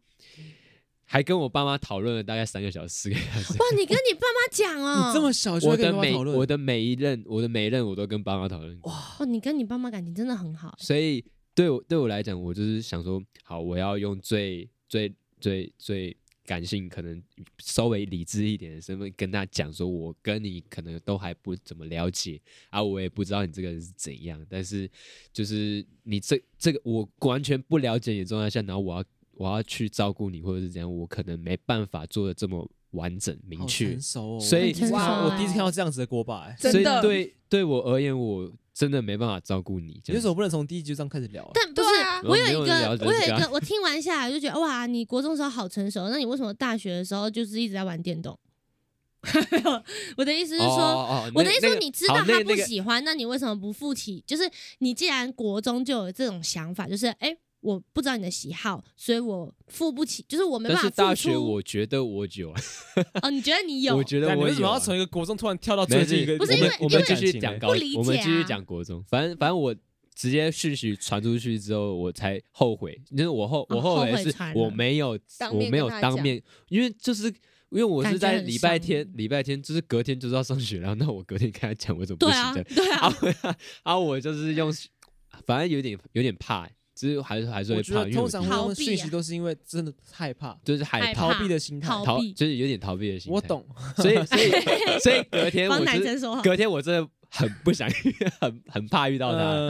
还跟我爸妈讨论了大概三个小时，四个小时。哇，你跟你爸妈讲哦，你这么小就我会跟的爸妈每讨论，我的每一任我的每一任我都跟爸妈讨论过，哦，你跟你爸妈感情真的很好，所以对我对我来讲，我就是想说，好，我要用最最最最感性，可能稍微理智一点的身份跟他讲说，我跟你可能都还不怎么了解啊，我也不知道你这个人是怎样，但是就是你这这个我完全不了解你的状态下，然后我要我要去照顾你或者是怎样，我可能没办法做的这么完整明好确成，熟哦，所以很成熟哇，我哎第一次看到这样子的锅巴、欸，真所以的对对我而言，我真的没办法照顾你。这你为样什么不能从第一集就这样开始聊啊、但不是对啊我有一没有人聊个这，个我有一个，我听完下来就觉得哇，你国中的时候好成熟，那你为什么大学的时候就是一直在玩电动？ [laughs] 没有，我的意思是哦说，哦哦我的意思那说个你知好道那他个不那个喜欢，那你为什么不负起？就是你既然国中就有这种想法，就是哎、我不知道你的喜好，所以我付不起，就是我没但办法是付出。大学我觉得我有，啊哦，你觉得你有？我觉但得你我为什么有要啊。从一个国中突然跳到没最事近一个？不是我因们为我因们为继续讲高，不理解我们继续啊讲国中。反正反正我直接讯息传出去之后，我才后悔，因为我后哦我后后悔悔是传我了没有当我面没有跟他当讲面，因为就是。因为我感是觉在很礼拜伤天，礼拜天就是隔天就是要上学了，那我隔天跟他讲我怎么不对行啊，这样对啊， [laughs] 啊，啊，我就是用，反正有点有点怕，欸就是还是还是会我觉怕，得因为通我常会就是逃用避讯息啊都是因为真的害怕、就是害害怕逃怕避的心态。逃逃，避就是有点逃避的心态。我，懂，[laughs] 所以所以所以隔天哎我帮男就是生说好。隔天我真的很不想， [laughs] 很很怕遇到他。嗯，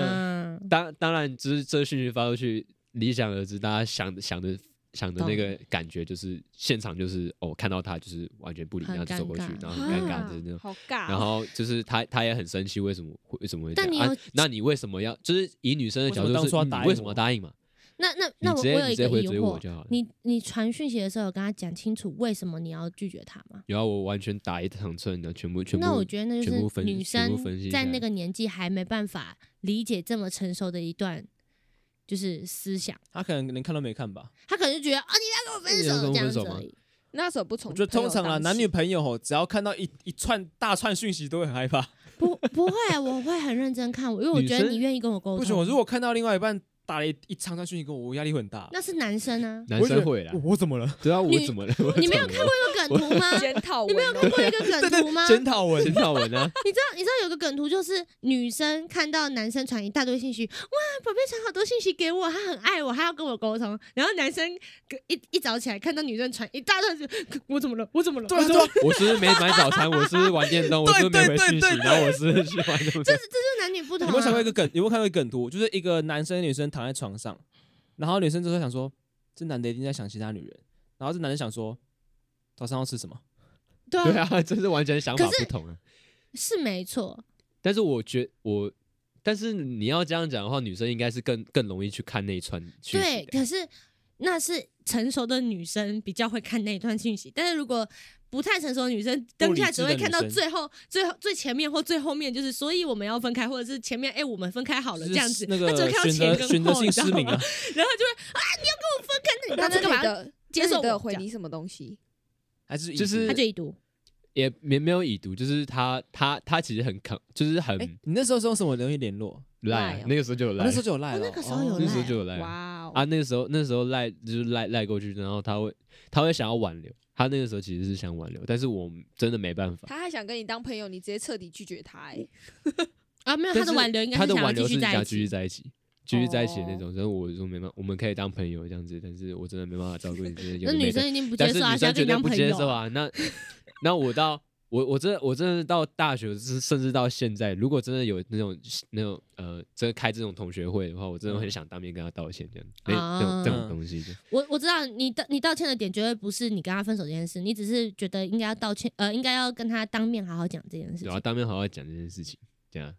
嗯，当当然，就是这讯息发出去，理想而知，大家想的想的。想的那个感觉就是现场就是哦，看到他就是完全不理，很然后就走过去尴，尬然后很尴尬，啊就是那种好尬哦，然后就是他，他也很生气，为什么会为什么会这但样？你啊有，那你为什么要？就是以女生的角度为什么当是，初要嗯答你应为什么我答应嘛？那那那你我直接我你有一直接个回疑追我惑，就好了。你你传讯息的时候有跟他讲清楚为什么你要拒绝他吗？然后我完全打一场寸，然后全部全部。那我觉得那就全部是分女全部生分析一在下那个年纪还没办法理解这么成熟的一段就是思想，他可能连看都没看吧。她可能就觉得啊你要跟我分你要跟手我这样分子手吗而已。那时候不从哦我觉得通常啊，朋友当男起女朋友吼，只要看到一一串大串讯息，都会很害怕。不不会，啊我会很认真看，我因为我女觉得生你愿意跟我沟不通。行，我如果看到另外一半打了一一长串讯息给我，我压力会很大。那是男生 [laughs] 啊，男生会啦我，我怎么了？对啊，我女怎么了？我你没怎么有看了过一个梗图 [laughs] 吗？检讨你没有文哦看过一个梗图吗？检讨文检讨文 [laughs] 啊？你知道，你知道有个梗图，就是女生看到男生传一大堆信息，哇，宝贝传好多信息给我，他很爱我，他要跟我沟通。然后男生一一早起来看到女生传一大段，就我怎么了？我怎么了？对我啊怎对么了 [laughs] 啊，我是不是没买早餐？我是不是玩电动？我是不是对对没回讯息对？对然后我是不是去玩什么？这男女不有同、啊。没有想过一个梗？有没有看过一个梗图？就是一个男生女生躺在床上，然后女生就会想说，这男的一定在想其他女人，然后这男的想说，早上要吃什么？对啊，对啊，就是完全想法可不同啊。是没错，但是我觉我，但是你要这样讲的话，女生应该是更更容易去看那一串讯息对。的。可是那是成熟的女生比较会看那一段信息，但是如果不太成熟的女生，当下只会看到不理智的最后、最后、最前面或最后面，就是所以我们要分开，或者是前面哎、我们分开好了就这是样子，那她只个会看到选择前跟后，选择性你知道失明吗啊。然后就会啊，你要跟我分开，那你那当初那干你嘛？的接受那你的我回这样你什么东西？还是就是他就已读，也也没有已读，就是他他他其实很抗，就是很哎、你那时候是用什么东西联络？赖、啊赖哦那个时候就有我赖、那时候就有赖了、哦那个时候有哦那时候赖就有赖哇哦啊，那个时候那时候赖就是赖赖过去，然后他会他会想要挽留，他那个时候其实是想挽留，但是我真的没办法， [laughs] 他还想跟你当朋友，你直接彻底拒绝他、欸，啊，没有但是他的挽留应该他的想要挽继留是续你在想一继续起。哦在一起，继续在一起的那种。但是我说没办法，我们可以当朋友这样子，但是我真的没办法照顾你，真的有 [laughs] 点那没女得生一定不但接是受啊，女谁生要跟绝你对当不朋接友受啊？啊。 [laughs] 那那我到我我真的我真的到大学，是甚至到现在，如果真的有那种那种呃，真的开这种同学会的话，我真的嗯很想当面跟他道歉这样，那那种这种啊东西的。我我知道你道你道歉的点绝对不是你跟他分手这件事，你只是觉得应该要道歉，呃，应该要跟他当面好好讲这件事然情后。当面好好讲这件事情，这样啊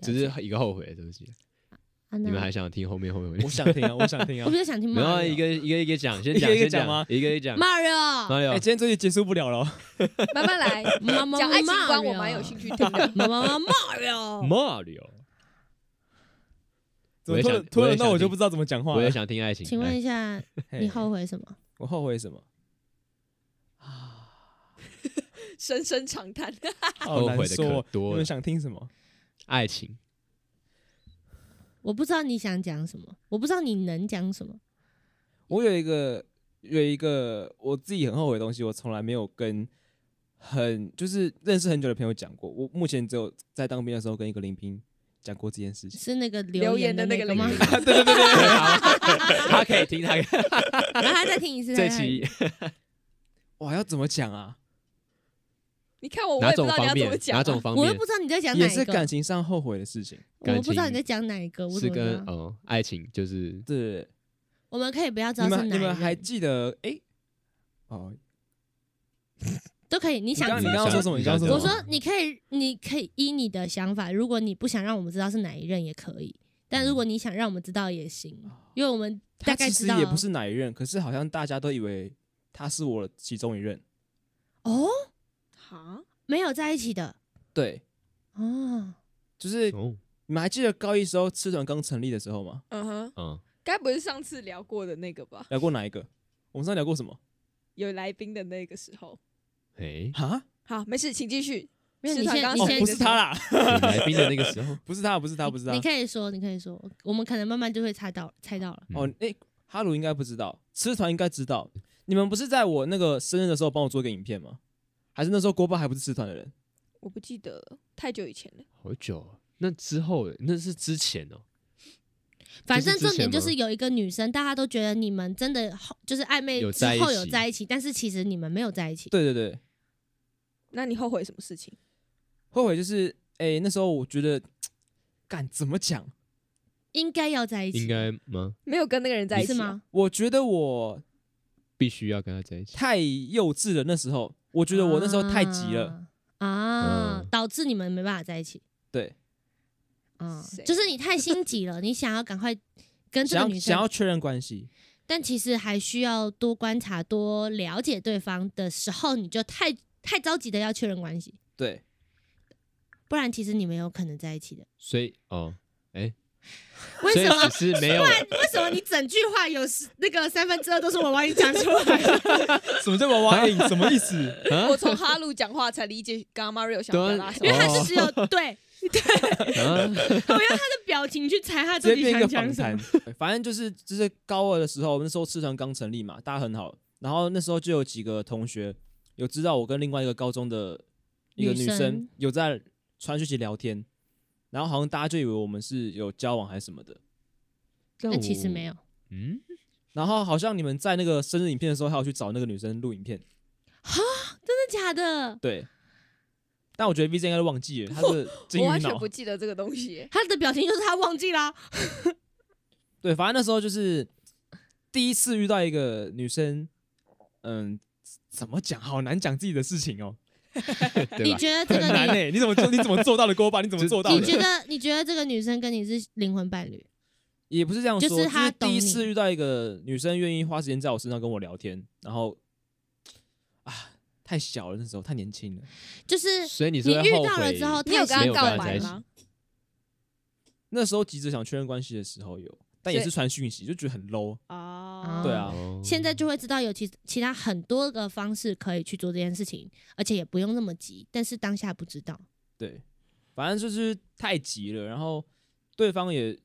只是一个后悔的东西。啊你那们还想听后面后面？我想听啊，我想听啊我比。较想听没有啊 Mario 一个一个一个讲，先一讲个一个先讲吗一个一个讲。 Mario，哪哎、有？今天这集结束不了了。慢慢 [laughs] 来，妈妈讲爱情观我蛮有兴趣听的。妈妈 [laughs] 妈 Mario， Mario，怎么突我也然想突然我那也我就想不知道怎么讲话我也了。想听爱情。请问一下，嘿你后悔什么？我后悔什么？深深长叹， [laughs] 好后难悔的说可哦。多你了们想听什么？来爱情，我不知道你想讲什么，我不知道你能讲什么。我有一个有一个我自己很后悔的东西，我从来没有跟很就是认识很久的朋友讲过。我目前只有在当兵的时候跟一个林兵讲过这件事情。是那个留言言的那那个个吗？ [laughs] 人他可以听他。然啊后他再听一次，这再听一次期哇，要怎么讲啊？你看我，我哪也不种知道你方要怎面么？讲哪啊。种方我又面不知道你在讲也哪一个，是感情上后悔的事情。我不知道感你情在讲哪一个，我是怎么知跟道？哦爱情就是对，我们可以不要知道你是们哪你一们个，还记得？哎、哦，都可以。你想刚知你刚道刚说什么？你刚刚对说我什么？说你可以，你可以依你的想法，如果你不想让我们知道是哪一任也可以，但如果你想让我们知道也行，因为我们大嗯他概其知实道也不是哪一任，可是好像大家都以为他是我的其中一任。哦，啊哈，没有在一起的对，哦，就是哦你们还记得高一时候吃团刚成立的时候吗？嗯哼，嗯该不会是上次聊过的那个吧？聊过哪一个？我们上次聊过什么？，有来宾的那个时候。哎哈？好，没事，请继续。没有吃你团先刚你哦先，不是他啦，有来宾的那个时候， [laughs] 不是他，不是他，不是他你。可以说，你可以说，我们可能慢慢就会猜到猜到了。哦，哎，哈鲁应该不知道，吃团应该知道。你们不是在我那个生日的时候帮我做一个影片吗？还是那时候锅巴还不是吃团的人？我不记得了，太久以前了。好久哦。那之后的，那是之前哦。反正重点这就是之前是吗有一个女生，大家都觉得你们真的后就是暧昧有之在一后有起在一起，但是其实你们没有在一起。对对对，那你后悔什么事情？后悔就是，哎、那时候我觉得，干怎么讲？应该要在一起，应该吗？没有跟那个人在一起是啊？吗？我觉得我必须要跟他在一起。太幼稚了。那时候，我觉得我那时候太急了。啊，啊嗯导致你们没办法在一起对，啊谁，就是你太心急 [laughs] 了，你想要赶快跟啊这个想女要想要生，确认关系。但其实还需要多观察、多了解对方的时候，你就太太着急的要确认关系，对，不然其实你们有可能在一起的。所以哦，哎，为所以什么？只是没 [laughs] 有为什么你整句话有十那个三分之二都是我帮你讲出 [laughs] 来哦的？什么叫娃 [laughs] 娃音？什么意思？啊 [laughs] 我从哈鲁讲话才理解刚刚 Mario 想表达什因为么。他是只有对， [laughs] 啊？我用他的表情去猜他直接自己变一个想访讲什谈 [laughs] 么。。反正就是就是高二的时候，那时候社团刚成立嘛，大家很好。然后那时候就有几个同学有知道我跟另外一个高中的一个女女生生有在传讯息聊天，然后好像大家就以为我们是有交往还是什么的。但其实没有。有。嗯，然后好像你们在那个生日影片的时候，还有去找那个女生录影片，真的假的？对。但我觉得 V J 应该都忘记了，他是啊金我鱼完脑全不。记得这个东西。他的表情就是他忘记啦、对，反正那时候就是第一次遇到一个女生，嗯，怎么讲？好难讲自己的事情哦，对你吧？觉 [laughs] 得这很 [laughs] 个难你呢。你怎么做？你怎么做到的？锅巴，你怎么做到你觉的？得你觉得这个女生跟你是灵魂伴侣？也不是这样说，就是她懂第一你次遇到一个女生愿意花时间在我身上跟我聊天，然后啊，太小了，那时候太年轻了。就是所以你是你会遇后到了悔之后，你有跟太他没有跟告他小了在白一起吗？那时候急着想确认关系的时候有，但也所以是传讯息，就觉得很 low。哦，对啊哦现在就会知道有其其他很多个方式可以去做这件事情，而且也不用那么急。但是当下不知道，对，反正就是太急了，然后对方也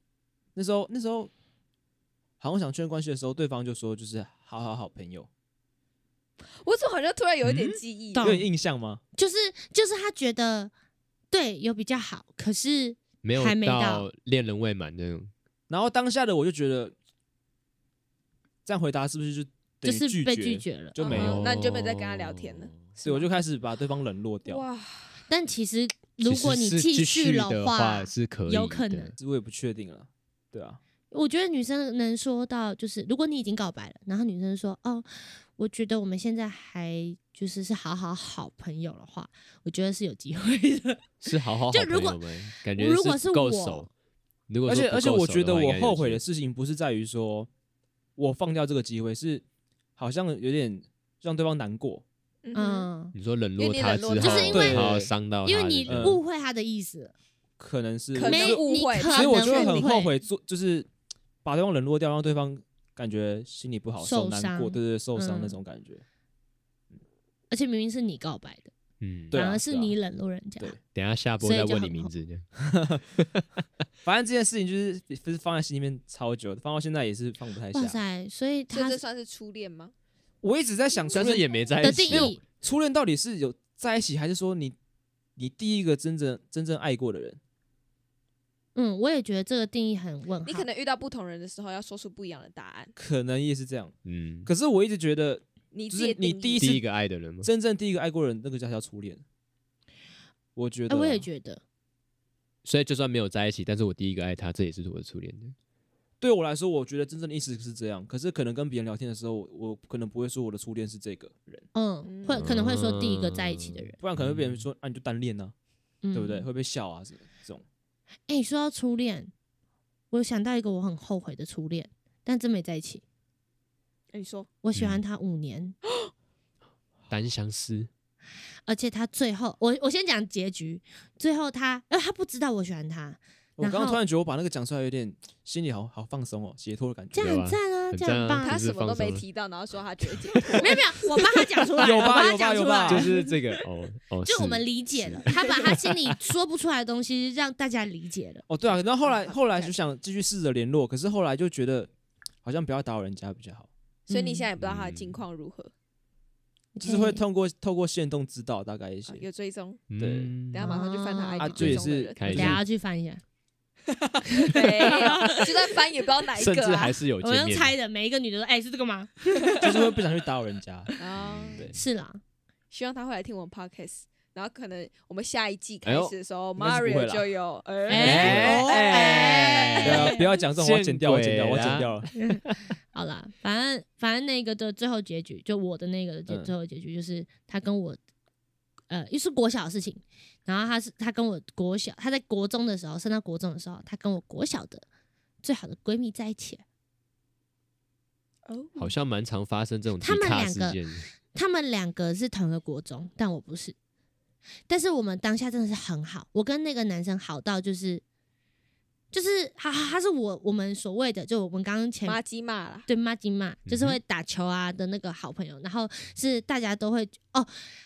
那时候那时候好像想确认关系的时候，对方就说就是好好好朋友，我怎么好像突然有一点记忆？嗯有点印象吗？就是就是他觉得对有比较好，可是没有还没到到恋人未满那种。然后当下的我就觉得，这样回答是不是就就等于是拒被绝拒绝了。就没有嗯那你就没再跟他聊天了所以我就开始把对方冷落掉。哇，但其实其实如果你是继续续的话，是可以，有可能。这我也不确定了，对啊，我觉得女生能说到，就是如果你已经告白了，然后女生说：“哦，我觉得我们现在还就是是好好好朋友的话，我觉得是有机会的。是好好好就朋如果友们，感觉如果是是够我熟。如果而且说不而且够我熟觉的得话我应该后有悔的机事情不是在于说我放掉这个机会，是好像有点让对方难过，嗯”哼，嗯会，你说冷因落为你他冷之落后，他就是因为他伤哦到他，因为你对不对误会他的意思了，可能嗯是，可能没所误你会可以我能就会很误后悔做，就是把对方冷落掉，让对方感觉心里不好受、受难过，伤对对，对受伤嗯那种感觉。而且明明是你告白的，嗯，对啊反而是对啊你冷落人家。对等一下下播所以再就问你很名后字，这样反正这件事情就是就是放在心里面超久，放到现在也是放不太哇下。塞！所以这他这算是初恋吗？我一直在想，初但是恋也没在的一起定啊。义初恋到底是有在一起，还是说你你第一个真正真正爱过的人？嗯，我也觉得这个定义很问号。你可能遇到不同人的时候，要说出不一样的答案。可能也是这样。嗯，可是我一直觉得，你就自是己的你定第一义次第一个爱的人吗？真正第一个爱过的人，那个才叫初恋。我觉哎、得啊，我也觉得，所以就算没有在一起，但是我第一个爱他，这也是我的初恋的。对我来说，我觉得真正的意思是这样。可是可能跟别人聊天的时候，我我可能不会说我的初恋是这个人，嗯，会可能会说第一个在一起的人，不然可能会被人说、啊你就单恋呢、嗯、嗯对不对？会被笑啊什么这种。哎、你说到初恋，我想到一个我很后悔的初恋，但真没在一起。哎你说我喜欢嗯他五年，单相思，而且他最后，我我先讲结局，最后他，呃，他不知道我喜欢他，我刚然刚后突然觉得我把那个讲出来，有点心里好好放松哦，解脱的感觉这。样有啊很赞啊，很这样赞啊很棒他只是什么都放松没了提到，然后说他觉得 [laughs] 解没有没有，我帮他讲出来，有吧我帮有吧他讲有出吧来，就是这个哦哦， [laughs] 就是我们理解了，他把他心里说不出来的东西让大家理解了。哦，对啊，然后后来嗯后来就想继续试着联络，可是后来就觉得好像不要打扰人家比较好，所以你现在也不知道他的嗯近况如何，啊就是哎嗯会透过透过线动知道大概一些哦啊。有追踪，对嗯等下马上去翻他啊 ID 这也追踪的是人，看一等一下下要，去翻一下， [laughs] 没有，就算翻也不知道 [laughs] 哪一甚至个啊还是有我见用面猜的，每一个女的说，哎、是这个吗？就是会不想去打扰人 [laughs] 家。啊。对，是啦，希望他会来听我们 podcast，然后可能我们下一季哎开呦始的时候应该是不会，Mario 啦就有哎哎对啊，不要讲这种，我要剪掉，我要剪掉，见我鬼要啦剪掉了。好啦，反正反正那个的最后结局，就我的那个的结嗯最后结局就是他跟我，呃，又是国小的事情，然后他是他跟我国小，他在国中的时候，升到国中的时候，他跟我国小的最好的闺蜜在一起了，哦，好像蛮常发生这种他们迪卡两事个件。他们两个是同一个国中，但我不是，但是我们当下真的是很好，我跟那个男生好到就是。就是他，他是我我们所谓的，就我们刚刚前妈鸡骂啦，对马吉马，就是嗯哼会打球啊的那个好朋友。然后是大家都会哦，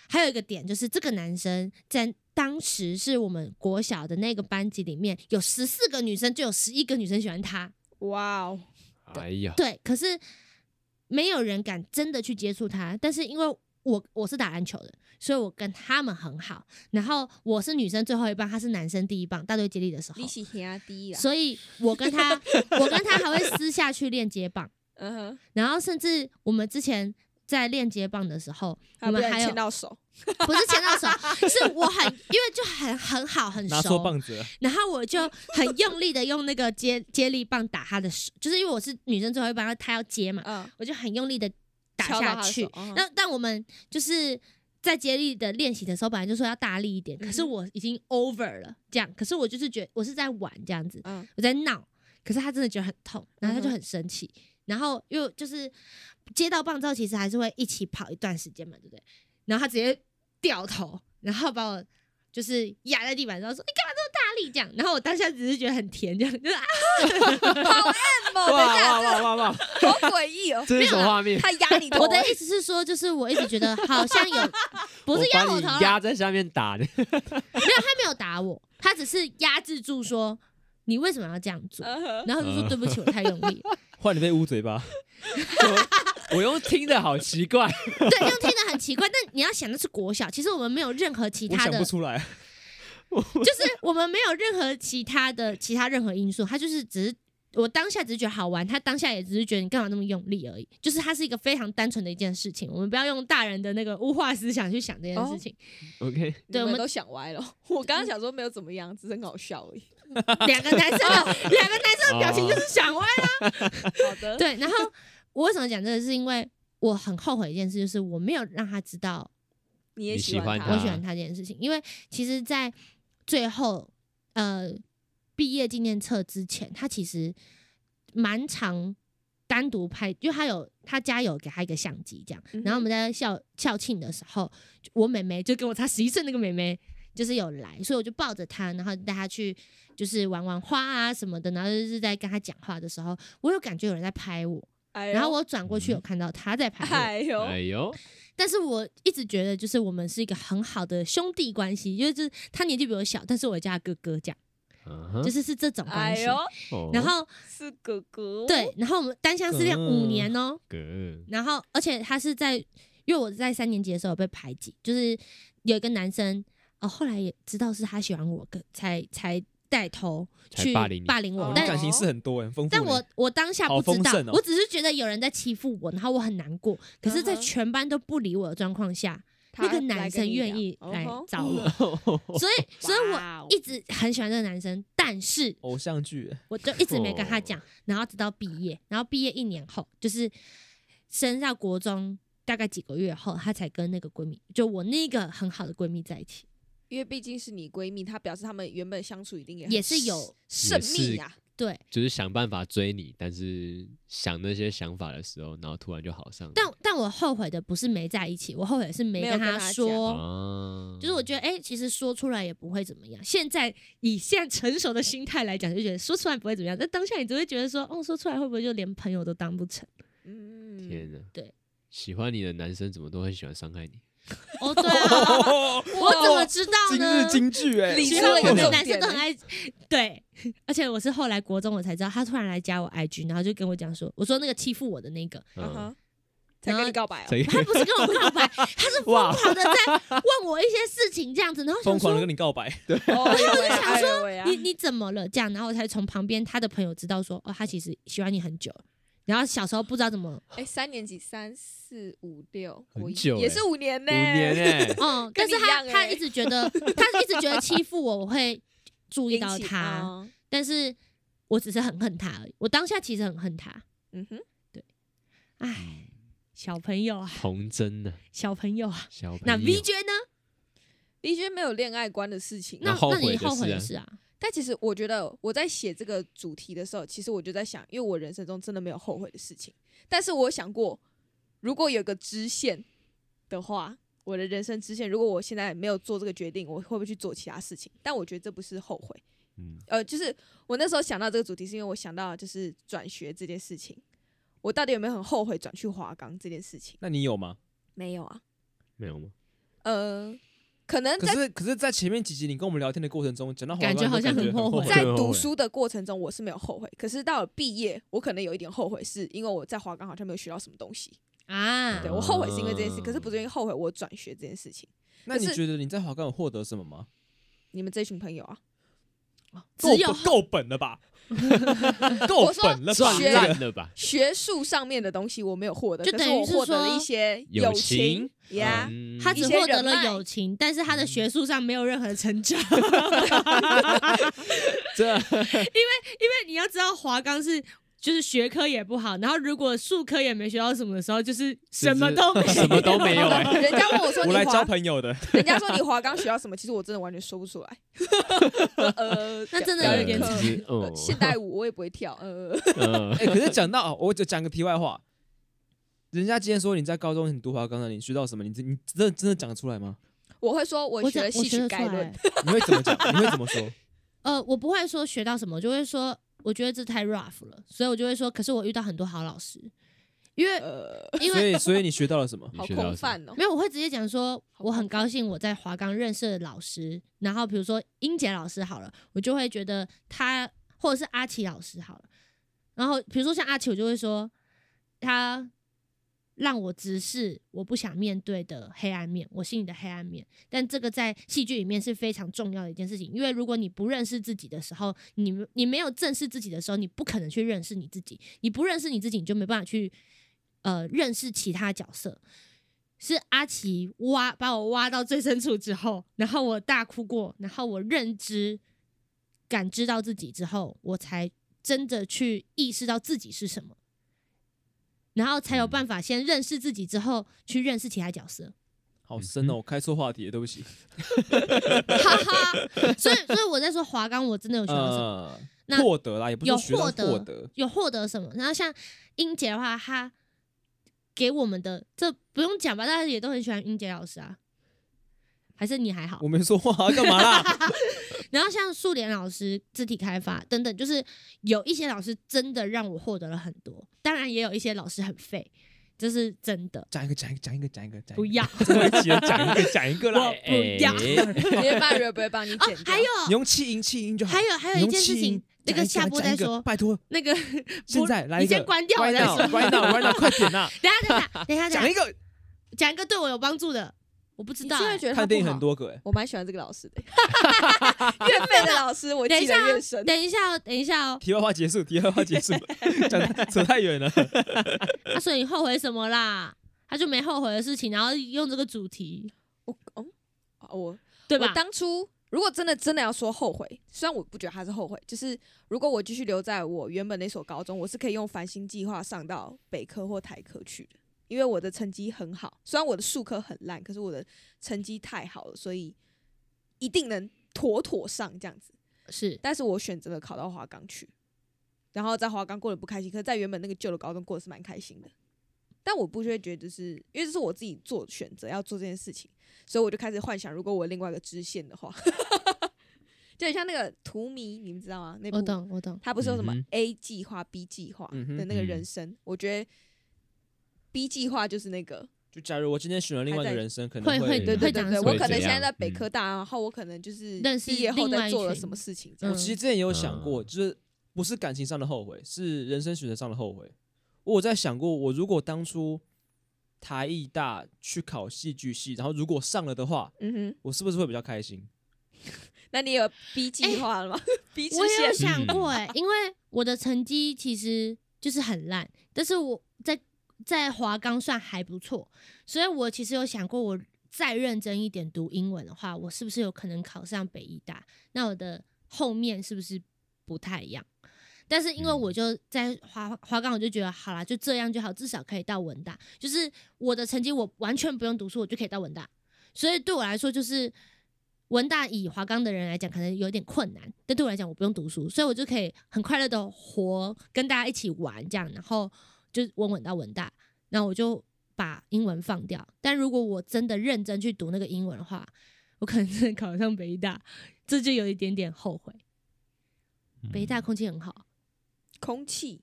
还有一个点就是这个男生在当时是我们国小的那个班级里面有十四个女生，就有十一个女生喜欢他。哇哦，哎呀，对，可是没有人敢真的去接触他，但是因为。我我是打篮球的，所以我跟他们很好。然后我是女生最后一棒，他是男生第一棒，大队接力的时候你，是兄弟啦，所以我跟他，我跟他还会私下去练接棒。嗯哼，然后甚至我们之前在练接棒的时候，我他啊不们然还有牵到手，不是牵到手，是我很因为就很很好很拿错熟，棒子了，然后我就很用力的用那个接接力棒打他的手，就是因为我是女生最后一棒，他要接嘛，嗯，我就很用力的打敲到他下的去手。嗯那但我们就是。在接力的练习的时候，本来就说要大力一点，可是嗯哼我已经 over 了，这样，可是我就是觉得我是在玩这样子，嗯，我在闹，可是他真的觉得很痛，然后他嗯就哼很生气，然后又就是接到棒之后，其实还是会一起跑一段时间嘛，对不对？然后他直接掉头，然后把我就是压在地板上，说你干嘛这么大力这样？然后我当下只是觉得很甜，这样就是啊，哇哇哇等一下，哇哇 [laughs] 哇，这好诡异哦，这是什么啊画面？他压你头，我的意思是说，就是我一直觉得好像有 [laughs] 不是压把我你头啦，压在下面打的，他没有打我，他只是压制住说你为什么要这样做，嗯哼，然后就说对不起，我太用力了。 [laughs] 换你被捂嘴巴。我用听的好奇怪，对，用听的很奇怪，但你要想的是国小，其实我们没有任何其我他想的不出来，就是我们没有任何其他的其他任何因素，他就是只是我当下只是觉得好玩，他当下也只是觉得你干嘛那么用力而已，就是它是一个非常单纯的一件事情，我们不要用大人的那个污化思想去想这件事情， [laughs] OK，你对我们们都想歪了。 [laughs] 我刚刚想说没有怎么样，只是很好笑而已。哦 [laughs] 两个男生的两个男生的表情就是想歪了， [laughs] 好的，对，然后我为什么讲这个，是因为我很后悔一件事，就是我没有让他知道你也你喜欢他，他我喜欢他这件事情，因为其实，在最后呃毕业纪念册之前，他其实蛮常单独拍，因为他有他家有给他一个相机这样，嗯哼然后我们在校校庆的时候，就我妹妹就跟我差十一岁那个妹妹。就是有来，所以我就抱着她，然后带她去就是玩玩花啊什么的，然后就是在跟她讲话的时候，我有感觉有人在拍我，哎呦然后我转过去有看到她在拍我，哎呦，哎呦，但是我一直觉得，就是我们是一个很好的兄弟关系，因为就是他年纪比我小，但是我叫他哥哥这样，就就是是这种关哎系。呦，哦然后是哥哥，对，然后我们单相思恋嗯五年哦、哥，然后而且他是在，因为我在三年级的时候有被排挤，就是有一个男生哦，后来也知道是他喜欢我，跟才才带头才去霸凌你霸凌我，哦你但感情是很多很丰富的。但我我当下好不知丰道，盛哦我只是觉得有人在欺负我，然后我很难过。可是，嗯在哼全班都不理我的状况下，他那个来男跟生你愿聊意哦来吼找 [laughs] 我，所 [laughs] 以，所以我哇哦一直很喜欢这个男生，但是偶像剧，我就一直没跟他讲，哦然后直到毕业，然后毕业一年后，就是升上国中大概几个月后，她才跟那个闺蜜，就我那个很好的闺蜜在一起，因为毕竟是你闺蜜，她表示她们原本相处一定也也也是有神也是秘啊呀、对。就是想办法追你，但是想那些想法的时候，然后突然就好上了。但但我后悔的不是没在一起，我后悔的是没没有跟跟她她哦说。啊，就是我觉得，哎、其实说出来也不会怎么样。现在以现在成熟的心态来讲，就觉得说出来不会怎么样。但当下你只会觉得说，哦，说出来会不会就连朋友都当不成？嗯，天哪，对，喜欢你的男生怎么都很喜欢伤害你， [laughs] 哦，对啊， [laughs] 我怎么知道今呢日？京剧哎，理其智实我的们重男生点都很欸爱，对， [laughs] 而且我是后来国中我才知道，他突然来加我 IG，然后就跟我讲说，我说那个欺负我的那个，啊嗯，哈，才然跟后你告白、哦，所以他不是跟我告 [laughs] 白，他是疯哇狂的在问我一些事情这样子，然后疯想狂的说跟你告白， [laughs] 哦哎呦喂想哎说呦喂啊你你怎么了这样，然后我才从旁边他的朋友知道说，哦，他其实喜欢你很久了，然后小时候不知道怎么，，哎，三年级三四五六，很我一久也欸是五年五呢、年哎欸 [laughs] [laughs] 嗯，但跟是你一他样他欸一直觉得他一直觉得欺负我，我会注意引到起他，哦但是我只是很恨他而已，我当下其实很恨他，嗯哼，唉，小朋友啊。童真呢，小朋友啊。小那朋友 V 觉呢？李娟没有恋爱观的事情，那那后那悔你的后悔事的啊事啊？但其实我觉得我在写这个主题的时候，其实我就在想，因为我人生中真的没有后悔的事情，但是我想过，如果有个支线的话，我的人生支线，如果我现在没有做这个决定，我会不会去做其他事情？但我觉得这不是后悔，嗯呃，就是我那时候想到这个主题，是因为我想到就是转学这件事情，我到底有没有很后悔转去华冈这件事情？那你有吗？没有啊，没有吗？呃，可能可在是可是，在前面几集你跟我们聊天的过程中，讲到华冈感觉好像就感很觉很后悔，悔在读书的过程中，我是没有后悔，可是到了毕业，我可能有一点后悔，是因为我在华冈好像没有学到什么东西。啊对，我后悔是因为这件事，啊可是不是因为后悔我转学这件事情。那你可是觉得你在华冈有获得什么吗？你们这群朋友啊，只够有本够本了吧？够本了吧？赚学烂了吧？学术上面的东西我没有获得，就可是等于我是获得了说一些友情呀。嗯他一只些获得人了脉友情，但是他的学术上没有任何成长。这因为你要知道，华冈是就是学科也不好，然后如果术科也没学到什么的时候，就是什么都没什么都没 [laughs] 有 [laughs] 哎，人家问我说你欸我来交华，朋友的，人家说你华冈学到什么，其实我真的完全说不出 [laughs] 来。呃，那真的表有演点课只是哦呃现代舞我也不会跳，呃， [laughs] 嗯 [laughs] 哎、可是讲到，我就讲个题外话，人家今天说你在高中你读华冈的，你学到什么？你真你真的真的讲得出来吗？我会说我我学讲了戏我学曲得出概论来，。欸你会怎么 [laughs] 讲？你会怎么说？呃，我不会说学到什么，我就会说我觉得这太 rough 了，所以我就会说，可是我遇到很多好老师，因为呃，因所为以所以你学到了什么？你好学到空了什么泛哦。 [laughs] 没有，我会直接讲说，好我恐很高兴我在华冈认识的老师，然后比如说英杰老师好了，我就会觉得他或者是阿奇老师好了，然后比如说像阿奇，我就会说他让我直视我不想面对的黑暗面，我心里的黑暗面。但这个在戏剧里面是非常重要的一件事情，因为如果你不认识自己的时候，你你没有正视自己的时候，你不可能去认识你自己。你不认识你自己，你就没办法去呃认识其他角色。是阿奇挖把我挖到最深处之后，然后我大哭过，然后我认知感知到自己之后，我才真的去意识到自己是什么，然后才有办法先认识自己之后去认识其他角色。 [laughs] 好嗯深哦，我开错话题了，对不起。哈哈，所以所以我在说华冈，我真的有学到什么？呃，那获得啦，也不是有说学到获得获得，有获得什么？然后像英杰的话，他给我们的这不用讲吧，大家也都很喜欢英杰老师啊，还是你还好我？没说话干嘛啦？ [laughs] 然后像素莲老师、肢体开发等等，就是有一些老师真的让我获得了很多，当然也有一些老师很废，这是真的。讲一个，讲一个，讲一个，讲一个，讲一个不要最后一集了讲一个，讲一个啦。我不要哎别办人不会帮你哦剪，掉。还有你用气音，气音就好。还有还有一件事你用气音情，那个下播讲再一个讲一个说。拜托，那个 [laughs] 现不在来一你个，先关掉，我关再掉，说。关掉，关掉，快点呐！ [laughs] 等一下等一下等一下讲等一一下，个，讲一个对我有帮助的，我不知你道现在欸。觉得他看不电影好很，多个哎，我蛮喜欢这个老师的， [laughs] [laughs] 越废的老师我等记一得下越哦，深。等一下哦，等一下哦。题外话结束，题外话 [laughs] 结束，讲太扯太远了。啊，所以你后悔什么啦？他就没后悔的事情，然后用这个主题，我哦嗯，啊我对吧我？当初如果真的真的要说后悔，虽然我不觉得他是后悔，就是如果我继续留在我原本那所高中，我是可以用繁星计划上到北科或台科去的，因为我的成绩很好。虽然我的数科很烂，可是我的成绩太好了，所以一定能妥妥上这样子。是但是我选择了考到华冈去，然后在华冈过得不开心，可是在原本那个旧的高中过得是蛮开心的。但我不会觉得是因为这是我自己做选择要做这件事情，所以我就开始幻想，如果我有另外一个支线的话， [laughs] 就很像那个图迷，你们知道吗？那部我懂，我懂。他不是有什么嗯哼 A 计划、B 计划嗯哼的那个嗯人生？我觉得 B 计划就是那嗯个就假如我今天选了另外一个人生，可能会会会对对对讲对，什我么可能会现怎在样在北嗯科大，然后我可能就是认识毕业后另在外一做了群什么事情这我样。嗯其实之前也有想过，嗯就是不是感情上的后悔，是人生选择上的后悔。我有在想过，我如果当初台艺大去考戏剧系，然后如果上了的话，嗯哼。我是不是会比较开心？那你有 B 计划了吗、b [laughs] 支我也 [laughs] 有线想嗯过哎、 [laughs] 因为我的成绩其实就是很烂，但是我在在华冈算还不错，所以我其实有想过，我再认真一点读英文的话，我是不是有可能考上北医大？那我的后面是不是不太一样？但是因为嗯我就在华华冈，我就觉得好啦，就这样就好，至少可以到文大。就是我的成绩，我完全不用读书，我就可以到文大。所以对我来说，就是文大以华冈的人来讲，可能有点困难，但对我来讲，我不用读书，所以我就可以很快乐的活，跟大家一起玩这样，然后就稳稳到文大，然后我就把英文放掉。但如果我真的认真去读那个英文的话，我可能真的考上北医大，这就有一点点后悔。嗯北医大空气很好，空气，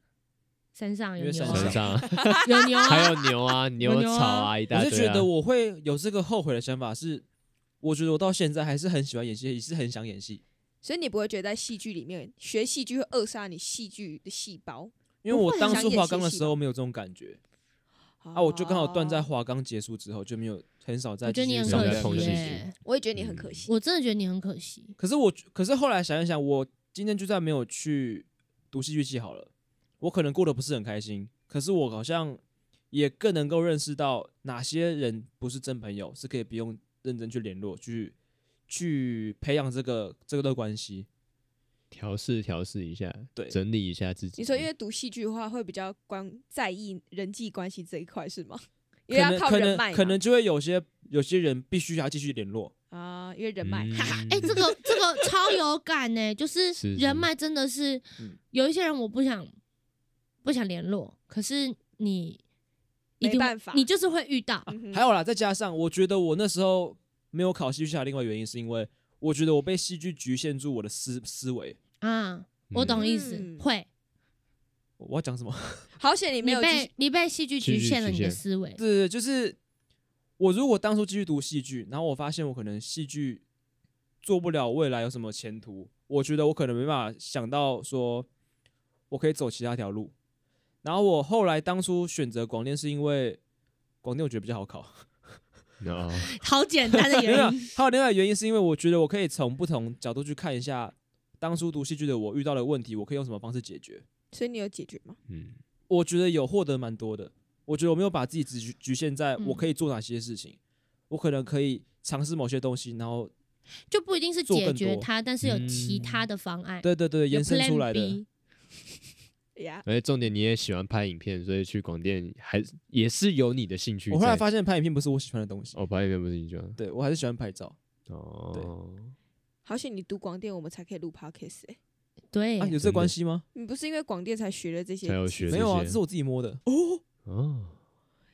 山上有因为牛、山啊，山上 [laughs] 有牛、啊， [laughs] 还有牛啊、 [laughs] 牛牛啊草啊，一大我堆啊。是觉得我会有这个后悔的想法是。我觉得我到现在还是很喜欢演戏，也是很想演戏，所以你不会觉得在戏剧里面学戏剧会扼杀你戏剧的细胞因为我当不会很想初演戏华冈的是时候没有这种感觉啊，我就刚好断在哦华冈结束之后就没有很少我再觉得继你续很上想可这样再的通惜戏信耶、息我也觉得你很嗯可惜。我真的觉得你很可惜。可是我，可是后来想一想，我今天就算没有去读戏剧系好了，我可能过得不是很开心。可是我好像也更能够认识到哪些人不是真朋友，是可以不用认真去联络，去去培养这个这个的关系。调试调试一下，对整理一下自己。你说因为读戏剧的话会比较关在意人际关系这一 [laughs] 块是吗？可因为要能靠可人脉能嘛，可能就会有些有些人必须要继续联络，啊，因为人脉。哈哈嗯哎、这个 [laughs] 这个超有感呢、就是是人脉真的是嗯有一些人我不想不想联络，可是你一没定会办法你就是会遇到。嗯哼还有啦，再加上我觉得我那时候没有考戏剧系，另外原因是因为我觉得我被戏剧局限住我的思思维。啊，我懂意思，嗯会我要讲什么？好险你没你有继续被你被戏剧局限了戏剧局限你的思维，对对，就是我如果当初继续读戏剧，然后我发现我可能戏剧做不了未来有什么前途，我觉得我可能没办法想到说我可以走其他条路。然后我后来当初选择广电是因为广电我觉得比较好考。 [laughs] 哦，好简单 [laughs] 的没有原因。，还有另外一个原因是因为我觉得我可以从不同角度去看一下当初读戏剧的我遇到的问题，我可以用什么方式解决。所以你有解决吗？嗯，我觉得有获得蛮多的。我觉得我没有把自己只局局限在嗯我可以做哪些事情，我可能可以尝试某些东西，然后 [laughs] 就不一定是做解更决多嗯它，但是有其他的方案，对对对哎有延伸 Plan 出来的。 B 呀、而且重点你也喜欢拍影片，所以去广电还是也是有你的兴趣在。我后来发现拍影片不是我喜欢的东西，哦，拍影片不是你喜欢对我还是喜欢拍照。哦，好险你读广电，我们才可以录 podcast 哎、对啊，有真的这关系吗？你不是因为广电才学了这些技才能？有学这没有啊，些这是我自己摸的。哦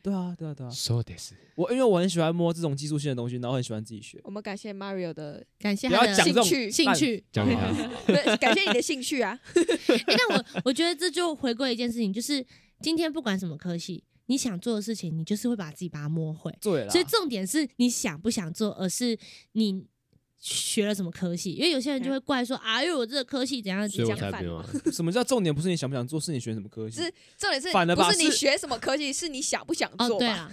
对啊，对啊，对啊。 ，so this 我因为我很喜欢摸这种技术性的东西，然后很喜欢自己学。我们感谢 Mario 的 [laughs] 感谢不他要讲这的种兴趣兴趣。讲话不是感谢你的兴趣啊！哎、但我我觉得这就回归一件事情，就是今天不管什么科系，你想做的事情，你就是会把自己把它摸会。对啦，所以重点是你想不想做，而是你学了什么科系。因为有些人就会怪说，啊，因为我这个科系怎样所以怎我才样。反没有啊。什么叫重点？不是你想不想做，是你选什么科系。是重点是反了不吧是你是学什么科技，是你想不想哦，做对吧？啊，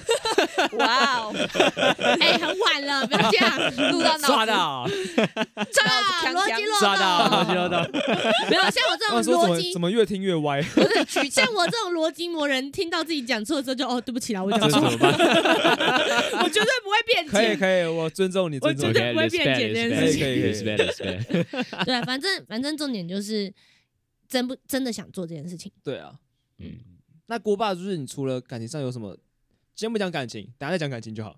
哇哦， [laughs] 哎、很晚了，不要这样，录到脑抓子到，炸脑子逻锵辑锵漏抓到，洞，抓到。没有像我这种我说怎逻么辑怎么越听越歪？像我这种逻辑魔人，听到自己讲错的时候就哦，对不起啦，我讲这错 [laughs] 怎了，么办？我绝对不会辩可以解。可以，我尊重你，尊真重的你。不会辩解这件事情可以可以 respect respect，对，啊反正反正重点就是真不真的想做这件事情。对啊，嗯，那锅巴就是你除了感情上有什么？先不讲感情，等下再讲感情就好，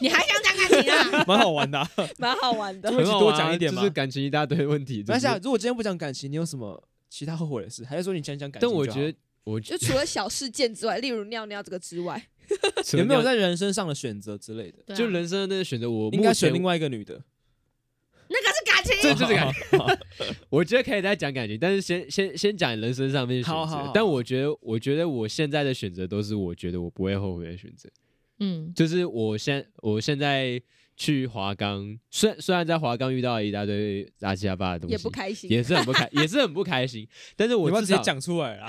你还想讲感情啊？蛮好玩的、 [laughs] 啊。蛮好玩的。我们一起多讲一点就嘛是。感情一大堆问题。就那是想，啊如果今天不讲感情，你有什么其他后悔的事？还是说你讲讲感情但就好？我觉得，我就除了小事件之外，例如尿尿这个之外，有没有在人生上的选择之类的？对啊就人生的那个选择，我应该目前选另 [laughs] 外一个女的。那个是感情。这就是感情。 [laughs] 我觉得可以再讲感情，但是先先先讲人生上面的选好好择好。但我觉得，我觉得我现在的选择都是我觉得我不会后悔的选择。嗯，就是我现我现在去华冈，虽虽然在华冈遇到了一大堆杂七杂八的东西，也不开心。也是很不开，也是很不开心。但是我你要至直少接，讲出来啦。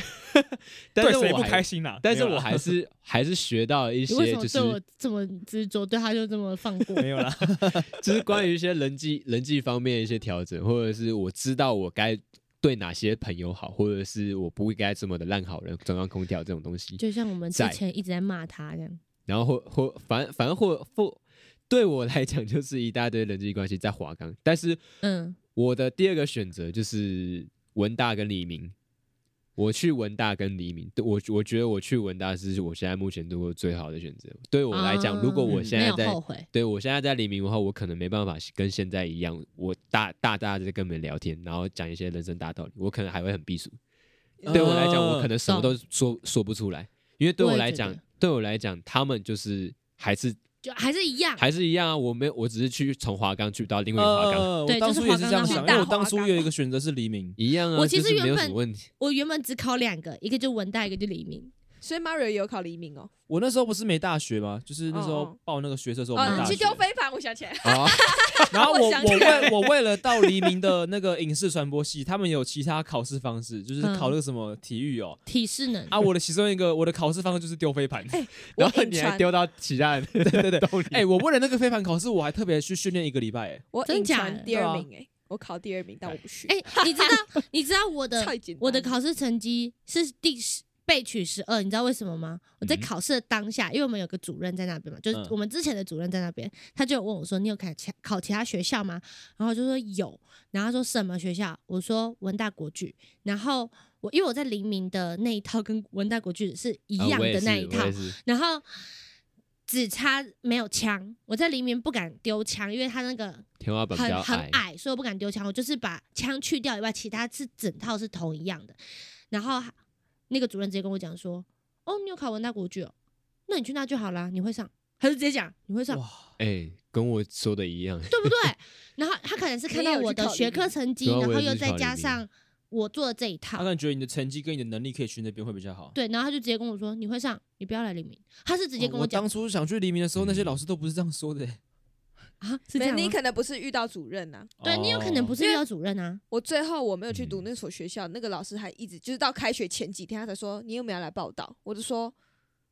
但对是谁我不还开心啦？但是没有我啦 [laughs] 还是还是学到了一你为些，什就么对我是这么执着，对他就这么放 [laughs] 过？没有啦。就是关于一些人际人际方面的一些调整，或者是我知道我该对哪些朋友好，或者是我不应该这么的烂好人，中央空调这种东西。就像我们之在前一直在骂他这样。然后或或反反正或或对我来讲就是一大堆人际关系在华冈，但是嗯，我的第二个选择就是文大跟黎明。我去文大跟黎明，对我我觉得我去文大是我现在目前做过最好的选择。对我来讲，啊如果我现在没有在后悔，对我现在在黎明的话，我可能没办法跟现在一样，我大大大的跟你们聊天，然后讲一些人生大道理，我可能还会很避暑。嗯对我来讲，我可能什么都说说不出来，因为对哦我我也来觉讲得，对我来讲，他们就是还是就还是一样。还是一样啊，我没有我只是去从华冈去到另外一个华冈，呃，对我就当是初华也是冈这样想，因时当为大我当华初冈啊也有一个选择是黎明。一样啊，我其就实是没有原什本么问题。我原本只考两个，一个就文大，一个就黎明。所以 Mario 也有考黎明哦。我那时候不是没大学吗？就是那时哦候哦报那个学社的时候没哦，大学你哦去。丢飞盘，我想起来。 [laughs] 啊，然后我我想起我来为我为了到黎明的那个影视传播系，他们有其他考试方式，就是嗯考那个什么体育哦。体适能啊，我的其中一个我的考试方式就是丢飞盘。哎我然后引你还传，丢到其他人对对对 [laughs] 洞里，哎、我为了那个飞盘考试，我还特别去训练一个礼拜、哎，我真引假传的第二对啊名哎，我考第二名，但我不去。哎、你知道你知道我的太简单了我的考试成绩是第十被取十二，你知道为什么吗？我在嗯考试的当下，因为我们有个主任在那边嘛，就是嗯我们之前的主任在那边，他就有问我说：“你有考其考其他学校吗？”然后我就说有，然后他说什么学校？我说文大国剧，然后。我因为我在黎明的那一套跟文大国剧是一啊样我也的那是一我套也，是然后只差没有枪。我在黎明不敢丢枪，因为他那个天花板比较很很矮，矮，所以我不敢丢枪。我就是把枪去掉以外，其他是整套是同一样的。然后那个主任直接跟我讲说：“哦，你有考文大国剧哦，那你去那就好啦，你会上。”他就直接讲你会上，哇，哎，跟我说的一样， [laughs] 对不对？然后他 [laughs] 可能是看你到有我去的考学虑科成绩，对啊然我后也又是再考嗯虑加的上我做的这一他可套，能觉得你的成绩跟你的能力可以去那边会比较好。对，然后他就直接跟我说：“你会上，你不要来黎明。”他是直直哦接跟哦我讲当初想去黎明的时候，那些嗯老师都不是这样说的、哎啊，是这没样你吗？可能不是遇到主任啊呐。对你有可哦能不是因为要主任啊，我最后我没有去读嗯那所学校，那个老师还一直就是到开学前几天他才说你有没有要来报道，我就说。我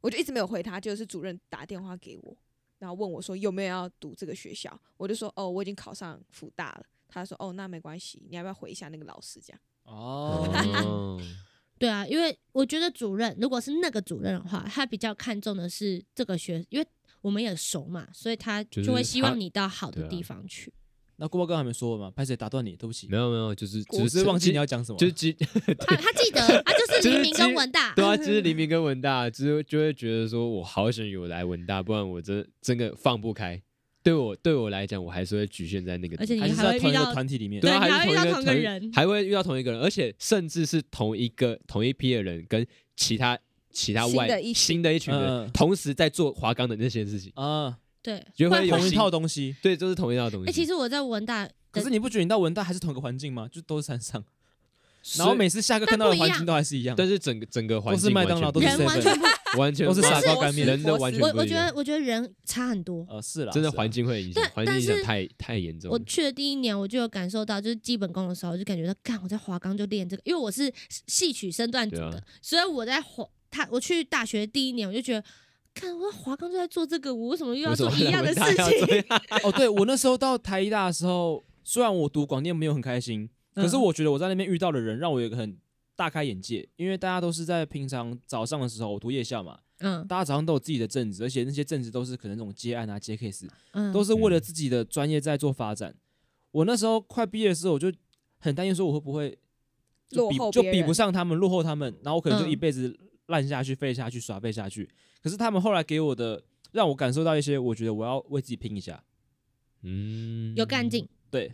我就一直没有回他，就是主任打电话给我，然后问我说有没有要读这个学校，我就说哦，我已经考上福大了。他说哦，那没关系，你要不要回一下那个老师这样？哦，对啊，因为我觉得主任如果是那个主任的话，他比较看重的是这个学，因为我们也熟嘛，所以他就就会是希他望你到好的对啊地方去。那郭报告还没说完嘛，拍谁打断你，对不起没，有没有，就是我只只是忘记你要讲什么了。就是基他他记得，他就是黎明跟文大， [laughs] 对啊，就是黎明跟文大，就是就会觉得说我好想有来文大，不然我真真的放不开。对我对我来讲，我还是会局限在那个地方，而且你还是还在会同遇一到个团体里面对，啊你还还是会遇同到一同个个一人还会遇到同一个人，而且甚至是同一个同一批的人跟其他其他新外的一群新的一群人、嗯嗯同时在做华冈的那些事情，啊， [laughs] 对。就会有同一新套东西。对，就是同一套东西。哎、其实我在文大，可是你不觉得你到文大还是同一个环境吗？就都是山上，所然后以每次下课看到的环境都还是一样。但是整个整个环都是境麦完当全劳不都是一样人完 seven 全不， [laughs] 完全都是不一样傻瓜干面人的完 [laughs] 全我不我一觉样得我觉得人差很多。呃是啦，真的是啦环境会影响但，环境影但响是太太严重我了。去的第一年，我就有感受到，就是基本功的时候，我就感觉到，干，我在华冈就练这个，因为我是戏曲身段组的，对啊所以我在华他我去大学第一年，我就觉得，看我在华冈就在做这个，我为什么又要为什做么一样 [laughs] 的文事大要情？这样哦，对我那时候到台大的时候，虽然我读广电没有很开心，可是嗯我觉得我在那边遇到的人让我有一个很大开眼界，因为大家都是在平常早上的时候，我读夜校嘛，嗯大家早上都有自己的正职，而且那些正职都是可能那种接案啊、接 case，嗯，都是为了嗯自己的专业在做发展。我那时候快毕业的时候，我就很担心说我会不会就落比后就别比不人上他们，落后他们，然后我可能就嗯一辈子烂下去、废下去、耍废下去。可是他们后来给我的，让我感受到一些，我觉得我要为自己拼一下，嗯有干劲。。对，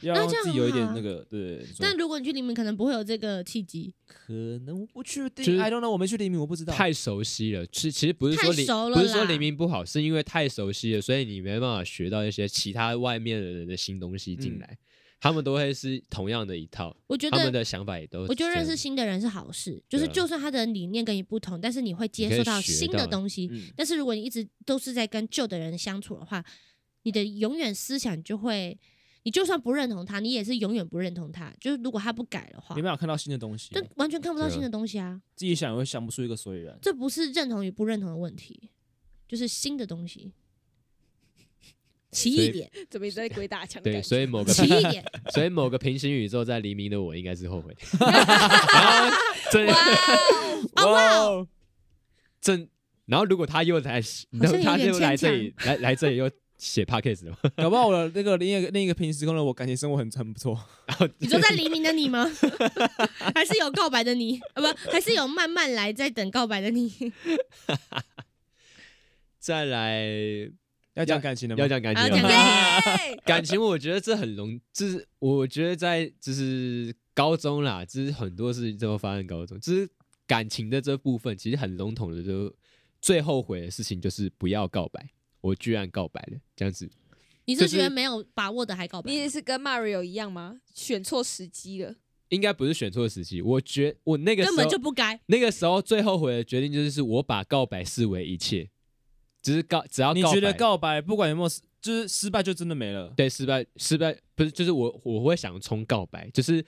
要那让这样自己有一点很好那啊个，对对对。但说如果你去黎明，可能不会有这个契机，可能我不确定、就是 i don't know，我没去黎明，我不知道。太熟悉了，其其实不是说太黎熟了不是说啦黎明不好，是因为太熟悉了，所以你没办法学到一些其他外面的人的新东西进嗯来。他们都会是同样的一套，我觉他们得。的想法也都是这样。我觉得认识新的人是好事，就是对啊就算他的理念跟你不同，但是你会接你可以受到学新到的东西，嗯，但是如果你一直都是在跟旧的人相处的话，你的永远思想就会，你就算不认同他，你也是永远不认同他。就是如果他不改的话没，办法看到新的东西，但完全看不到对啊新的东西啊！自己想也会想不出一个所以然。这不是认同与不认同的问题，就是新的东西。奇所以异点，怎么一直在鬼打墙 [laughs] 的对，感觉？所以 [laughs] 某个奇异点，所以某个平行宇宙在黎明的我应该是后 [laughs] 悔，然后正哇哦，正，然后如果他又来，然像后有他点又来牵这里来来这里又写 podcast 了嘛，搞不好我的那个另一个另一个平时空的我感情生活很很不错。你说在黎明的你吗？ [laughs] 还是有告白的你？啊，不，还是有慢慢来在等告白的你？ [laughs] [laughs] 再来要讲感情的吗？要讲感情啊了，讲感 [laughs] 情耶感情，我觉得这很容，就是我觉得在就是高中啦，就是很多事情都发生高中，就是感情的这部分，其实很笼统的，就最后悔的事情就是不要告白，我居然告白了，这样子。你就是是觉得没有把握的还告白你？也是跟 Mario 一样吗？选错时机了，应该不是选错时机，我觉我那个时根候本就不该。那个时候最后悔的决定就是，我把告白视为一切，只是告只要你告白觉得告白不管有没有失，就是失败就真的没了？对失败失败不是就是我我会想冲告白，就是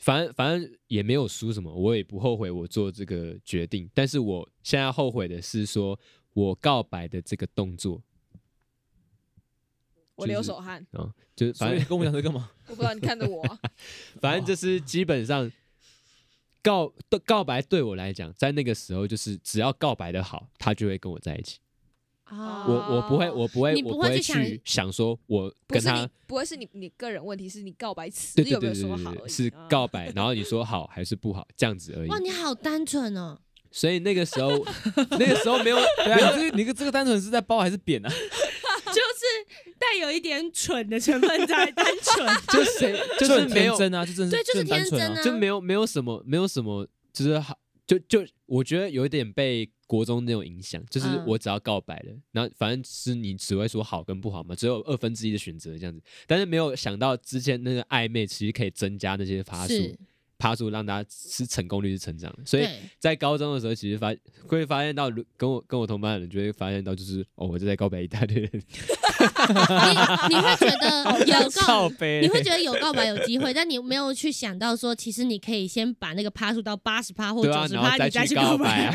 反正反正也没有输什么，我也不后悔我做这个决定，但是我现在后悔的是说我告白的这个动作我流手汗，啊、就是反所以正你跟我们讲这个嘛，我不知道你看着我啊、反正就是基本上告告白对我来讲，在那个时候就是只要告白的好，他就会跟我在一起。啊我我不会，我不会，你我不不会会去想去想说，我不 [laughs] 跟是他你，不会是你你个人问题，是你告白词对对有对没有对说对好而对，已是啊告白，然后你说好还是不好这样子而已嗯哇，。你好单纯哦！所以那个时 [laughs] 候，那个时候没有，对啊，你这个你这个单纯是在包还是扁啊？就是带有一点蠢的成分在，单纯。就谁 [laughs] 就很是没有天，真啊，就真是对就是很单纯天真啊就没有没有什么没有什么，就是好就就我觉得有一点被国中那种影响，就是嗯我只要告白了，然后反正是你只会说好跟不好嘛，只有二分之一的选择这样子，但是没有想到之前那个暧昧其实可以增加那些趴数，是，趴数让大家是成功率是成长的，所以对，在高中的时候，其实发会发现到，如跟我跟我同班的人就会发现到，就是哦，我正在告白一大堆人，你你会觉 [laughs] 得 [laughs] 有告，背你会觉得有告白有机会，但你没有去想到说，其实你可以先把那个趴数到八十趴或对啊，九十然后趴，你去去告白、啊。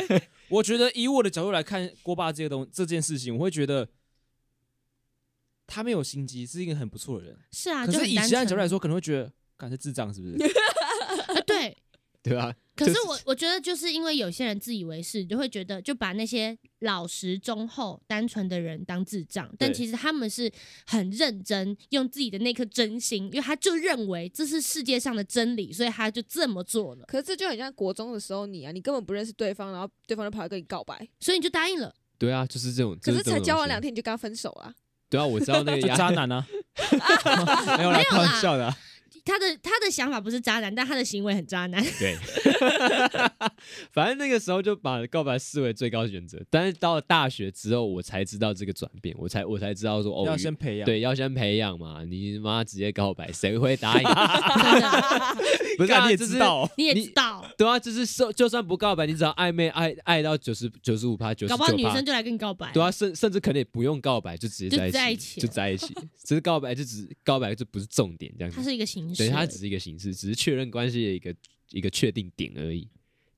我觉得以我的角度来看，锅巴这个东这件事情，我会觉得他没有心机，是一个很不错的人。 [laughs] 是啊，可就是很以单其他人角度纯来说，可能会觉得，干这智障是不是？啊对，对啊，可就是我我觉得，就是因为有些人自以为是，就会觉得就把那些老实、忠厚、单纯的人当智障，但对其实他们是很认真，用自己的那颗真心，因为他就认为这是世界上的真理，所以他就这么做了，可是这就很像国中的时候你啊，你根本不认识对方，然后对方就跑来跟你告白，所以你就答应了。对啊，就是这种。可就是这种才交往东两西，天你就跟他分手了、对啊，我知道那 [laughs] 个就压渣 [laughs] 男啊？没有没啦，有开啦玩笑的啊。他的他的想法不是渣男，但他的行为很渣男。对， [laughs] 反正那个时候就把告白视为最高选择。但是到了大学之后，我才知道这个转变，我才我才知道说哦，要原先培养。对要先培养嘛，你妈直接告白，谁会 [laughs] 答应？真的不是、干啊，你也这知是道哦你也你知道，对啊，就是受就算不告白，你只要暧昧爱爱到九十九十五趴、九十搞九不好女趴生，就来跟你告白。对啊，甚甚至可能也不用告白，就直接就在在一起起，就了在一 [laughs] 起。只是告白就只告白就不是重点，这样它子。是一个形式而对，已。它只是一个形式，只是确认关系的一个一个确定点而已。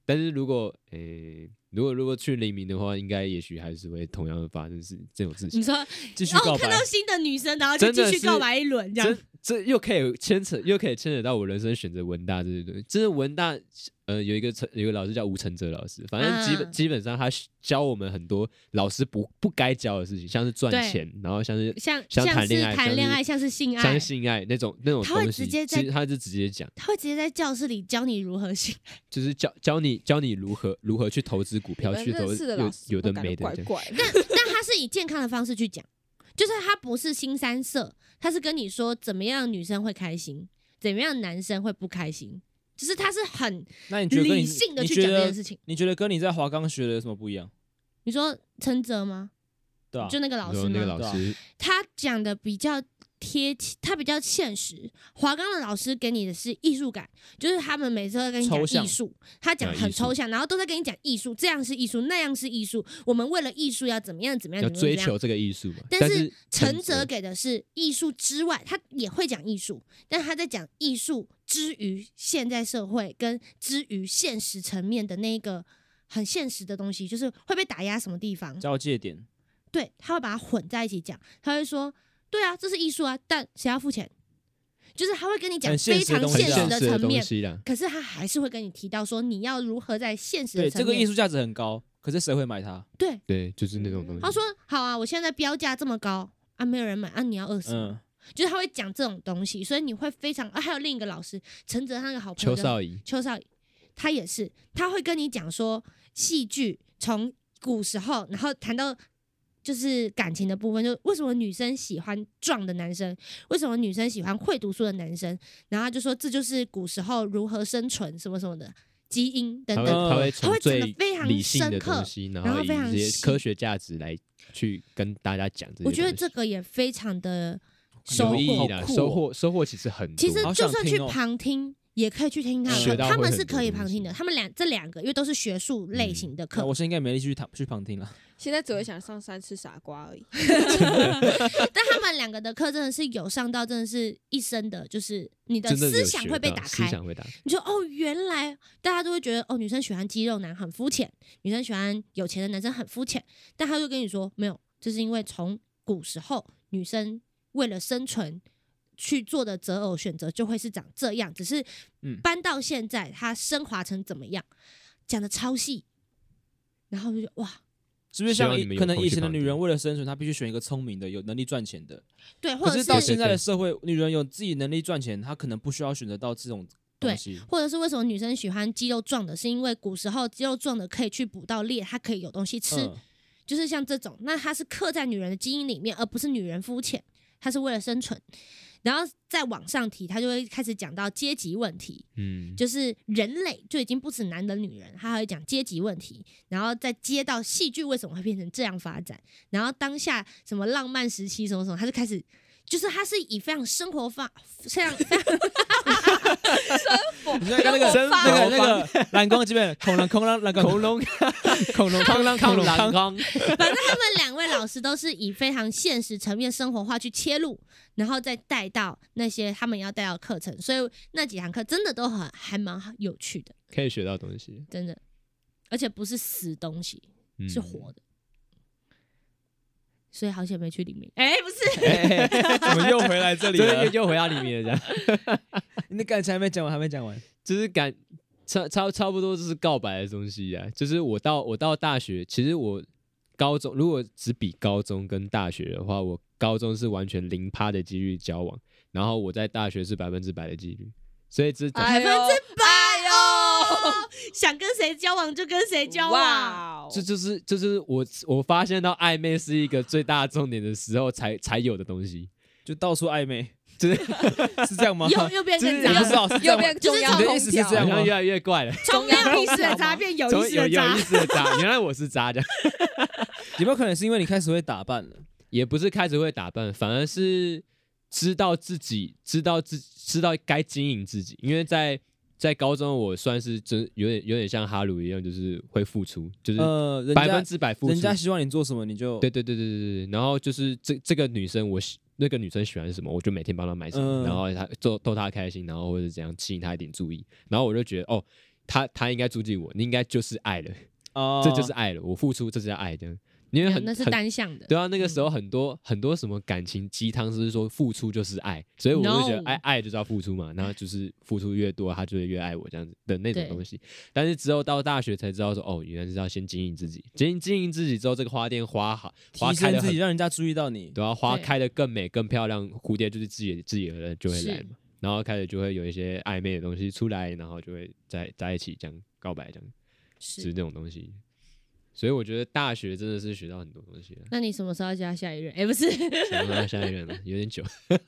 但是如果诶、如果如果去黎明的话，应该也许还是会同样的发生事这种事情你。说继续哦，告看白到。新的女生，然后就真的继续是告白一轮这这样。这又可以牵扯，又可以牵扯到我人生选择文大，对对对，这是文大，呃，有一个陈有一个老师叫吴承哲老师，反正基本、啊基本上他教我们很多老师不不该教的事情，像是赚对钱，然后像是像像像谈恋是爱谈像恋是爱，像是性像爱是，性爱那种那种他会东直西，接其在实他就直接讲，他会直接在教室里教你如何性就是教教你教你如何如何去投资股你票，们去投认识资的老有师有的怎么没感的觉，这样怪怪的。但但他是以健康的方式去讲，就是他不是新三色，他是跟你说怎么样女生会开心，怎么样男生会不开心，就是他是很 [laughs] 那你觉得跟你理性的你去觉讲这件得事情。你觉得跟你在华冈学的有什么不一样？你说陈哲吗？对啊，就那个老你师说吗？那个老对啊师他讲的比较贴切，他比较现实。华冈的老师给你的是艺术感，就是他们每次都跟你抽讲象艺术，他讲讲嗯很艺术抽象，然后都在跟你讲艺术，这样是艺术，那样是艺术。我们为了艺术要怎么样怎么样，要怎么样追怎么样求这个艺术嘛，但但是是陈哲给的是艺术之外，他也会讲艺术，但他在讲艺术之于现在社会跟之于现实层面的那个很现实的东西，就是会被打压什么地方，交界点。对，他会把它混在一起讲，他会说，对啊，这是艺术啊，但谁要付钱？就是他会跟你讲很现非实的常东西现啊很实现的实的层东面，西啦，可是他还是会跟你提到说，你要如何在现实的对，层这面，个艺术价值很高，可是谁会买它？对，对，就是那种东西。他说好啊，我现在标价这么高啊，没有人买啊，你要饿死吗。嗯，就是他会讲这种东西，所以你会非常啊。还有另一个老师陈哲，他那个好朋友邱叫少仪，邱少仪，他也是，他会跟你讲说戏剧从古时候，然后谈到就是感情的部分，就为什么女生喜欢壮的男生，为什么女生喜欢会读书的男生，然后他就说这就是古时候如何生存什么什么的基因等他会等。他会他会从讲得最非常理性深的刻东西，然然后后以非常这些细科学价值来去跟大家讲这些东我西。觉得这个也非常的收有获意义好啦，酷哦收获收获其实很多。其实好就想算去听哦旁听，也可以去听他的课，学到他会们很是多可以东旁听西的。他们两这两个，因为都是学术类嗯型的那课，我现在应该没力气去躺去旁听了。现在只会想上山吃傻瓜而已。但他们两个的课真的是有上到，真的是一生的，就是你的真的思有想学会被到打思开。想会打开。你就哦，原来大家都会觉得哦，女生喜欢肌肉男很肤浅，女生喜欢有钱的男生很肤浅，但他就跟你说没有，这是因为从古时候女生为了生存去做的择偶选择就会是长这样，只是嗯搬到现在它升华成怎么样，讲的超细，然后就觉得哇，是不是希望像以你们有可能空以去前的旁女听人为了生存，她必须选一个聪明的、有能力赚钱的。对，或可者是是到现在对对的社会，女人有自己能力赚钱，她可能不需要选择到这种对东西。或者是为什么女生喜欢肌肉壮的，是因为古时候肌肉壮的可以去捕到猎，它可以有东西吃，嗯，就是像这种，那它是刻在女人的基因里面，而不是女人肤浅，它是为了生存。然后再往上提，它就会开始讲到阶级问题，嗯，就是人类就已经不止男人女人，它还会讲阶级问题，然后再接到戏剧为什么会变成这样发展，然后当下什么浪漫时期什么什么，它就开始。就是它是以非常生活化、非常非常你看那个 [laughs] 生活那个那个蓝光这边，恐龙恐龙 [laughs] 那个恐 [laughs] 龙恐龙恐龙恐龙狼恐龙， [laughs] 刚反正他们两位老师都是以非常现实层面、生活化去切入，然后再带到那些他们要带到的课程，所以那几堂课真的都很还蛮有趣的，可以学到东西。真的。而且不是死东西，嗯是 [laughs] 活的。所以好久没去里面， [laughs] 哎、不是，哎，我们又回来这里对，了又。又回到里面了这样。你的感情还没讲完，还没讲完。就是感差差差不多就是告白的东西啊。就是我到我到大学，其实我高中如果只比高中跟大学的话，我高中是完全零趴的几率交往，然后我在大学是百分之百的几率，所以这百分之百哎哦，想跟谁交往就跟谁呦交往。哇哦，这就是就是我我发现到暧昧是一个最大的重点的时候才才有的东西，就到处暧昧， [laughs] 就是是这样吗？又又变更你杂不，知道是这 [laughs] 又样吗？变就中是央你的空意思是调，这样好吗像越来越怪了，从没有意识的渣变有从意识有的有渣意。思的渣，原来我是渣这样。有没有可能是因为你开始会打扮了？也不是开始会打扮，反而是知道自己知道自知道该经营自己，因为在在高中我算是真有点有点像哈鲁一样，就是会付出，就是呃，人百分家之百付出。人家希望你做什么，你就对对对对对对，然后就是这这个女生我喜那个女生喜欢什么，我就每天帮她买什嗯么，然后她逗逗她开心，然后或者怎样吸引她一点注意，然后我就觉得哦，她她应该注意我，你应该就是爱了， [laughs] 哦，这就是爱了，我付出这是爱这样，因为很那是很单向的，对啊，那个时候很多、很多什么感情鸡汤，是说付出就是爱，所以我就觉得 No 爱爱就是要付出嘛，然后就是付出越多，他就会越爱我这样子的那种对东西。但是之后到大学才知道说，哦，原来是要先经营自己，经营经营自己之后，这个花店花好，花提开升的自很己，，让人家注意到你。对啊，花对开的更美更漂亮，蝴蝶就是自己自己的就会来是嘛，然后开始就会有一些暧昧的东西出来，然后就会在在一起这样告白这样，就是是。这种东西。所以我觉得大学真的是学到很多东西啊的。那你什么时候要加下一任？哎、不是，想不到下一任了，有点久。 [laughs]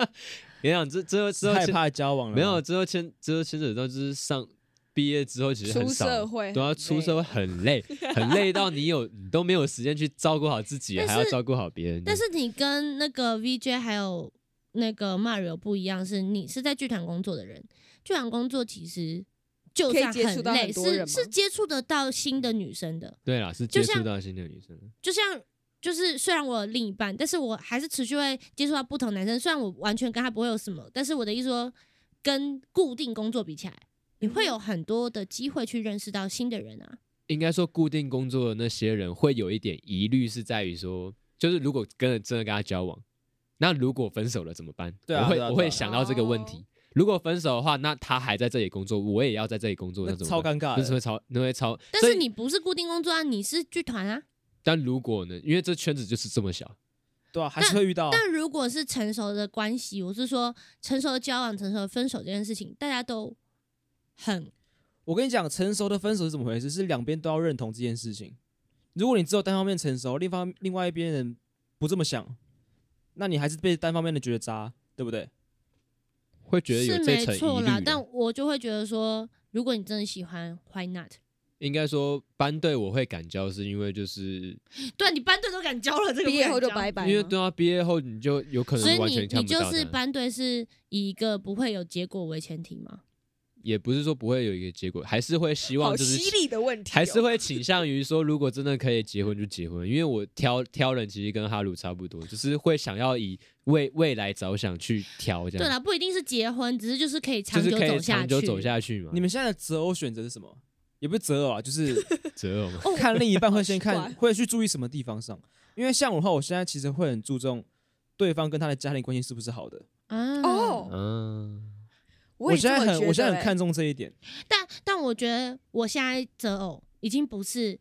你想之之后之后害牵怕交往了吗，没有之后牵之后牵扯到就是上毕业之后其实很出少社会对啊，很出累社会很累，很累到你有你都没有时间去照顾好自己，但还要是照顾好别嗯人。但是你跟那个 VJ 还有那个 Mario 不一样，是你是在剧团工作的人，剧团工作其实就可以算接触很到累，很多人是吗是接触得到新的女生的，对啦，是就接触像到新的女生，就像。就是虽然我有另一半，但是我还是持续会接触到不同男生。虽然我完全跟他不会有什么，但是我的意思说，跟固定工作比起来，你会有很多的机会去认识到新的人啊。应该说固定工作的那些人会有一点疑虑，是在于说，就是如果跟真的跟他交往，那如果分手了怎么办？对啊我会对啊我对会啊想到这个问题哦。如果分手的话，那他还在这里工作，我也要在这里工作，那怎么超办尴尬那是的。会超，那会超。但所是以，你不是固定工作啊，你是剧团啊。但如果呢？因为这圈子就是这么小，对啊，还是会遇哦到啊。但如果是成熟的关系，我是说成熟的交往、成熟的分手这件事情，大家都很我跟你讲，成熟的分手是怎么回事？是两边都要认同这件事情。如果你只有单方面成熟，另一方另外一边人不这么想，那你还是被单方面的觉得渣，对不对？会觉得是有没这层错疑虑啦的。。但我就会觉得说，如果你真的喜欢，Why not？ [laughs] 应该说班队我会敢交，是因为就是对啊你班队都敢交了，这个毕业后就白。拜拜吗，因为对啊，毕业后你就有可所以能完你全看你不到就他。是班队是以一个不会有结果为前提吗？也不是说不会有一个结果，还是会希望好就是犀利的问题哦，还是会倾向于说，如果真的可以结婚就结婚，因为我挑挑人其实跟哈鲁差不多，就是会想要以未未来着想去挑这对样，啦，不一定是结婚，只是就是可以就长是久可以走下长去。久走下去嘛。你们现在的择偶选择是什么？也不是择偶啊，就是择偶嘛，哦看另一半会先好看奇，会去注意什么地方上。因为像我的话，我现在其实会很注重对方跟他的家庭关系是不是好的。啊哦嗯，我也现在这么很，觉我现在得很欸看重这一点。但但我觉得我现在择偶已经不是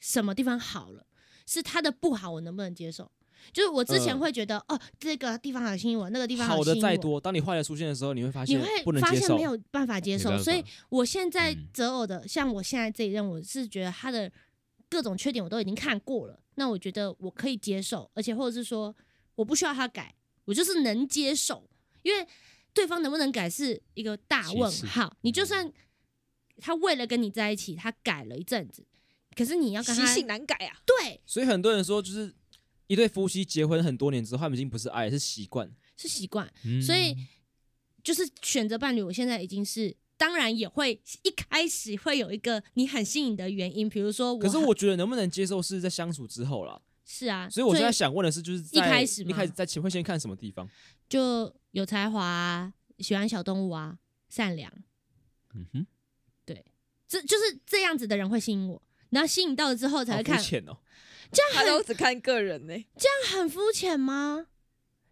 什么地方好了，是他的不好我能不能接受？就是我之前嗯会觉得、哦，这个地方好吸引我，那个地方好吸的引再我，多，当你坏的出现的时候，你会发你现不会能发接现受没。有办法接没受。办所以法我现在嗯择偶的，像我现在这一任，我是觉得他的各种缺点我都已经看过了，那我觉得我可以接受，而且或者是说我不需要他改，我就是能接受，因为对方能不能改是一个大其问次号。你就算他为了跟你在一起，他改了一阵子，可是你要跟哎习他性难改啊，对所以很多人说，就是一对夫妻结婚很多年之后，他们已经不是爱，是习惯。是习惯，嗯所以就是选择伴侣，我现在已经是。当然也会一开始会有一个你很吸引的原因，比如说我可是很我觉得能不能接受是在相处之后啦。是啊，所以我现在想问的是，就是在一开始一吗开始在前会先看什么地方？就有才华、啊，喜欢小动物啊，善良，嗯哼，这就是这样子的人会吸引我。然后吸引到了之后才好会肤看，浅哦。这样他很都只看个人呢、这样很肤浅吗？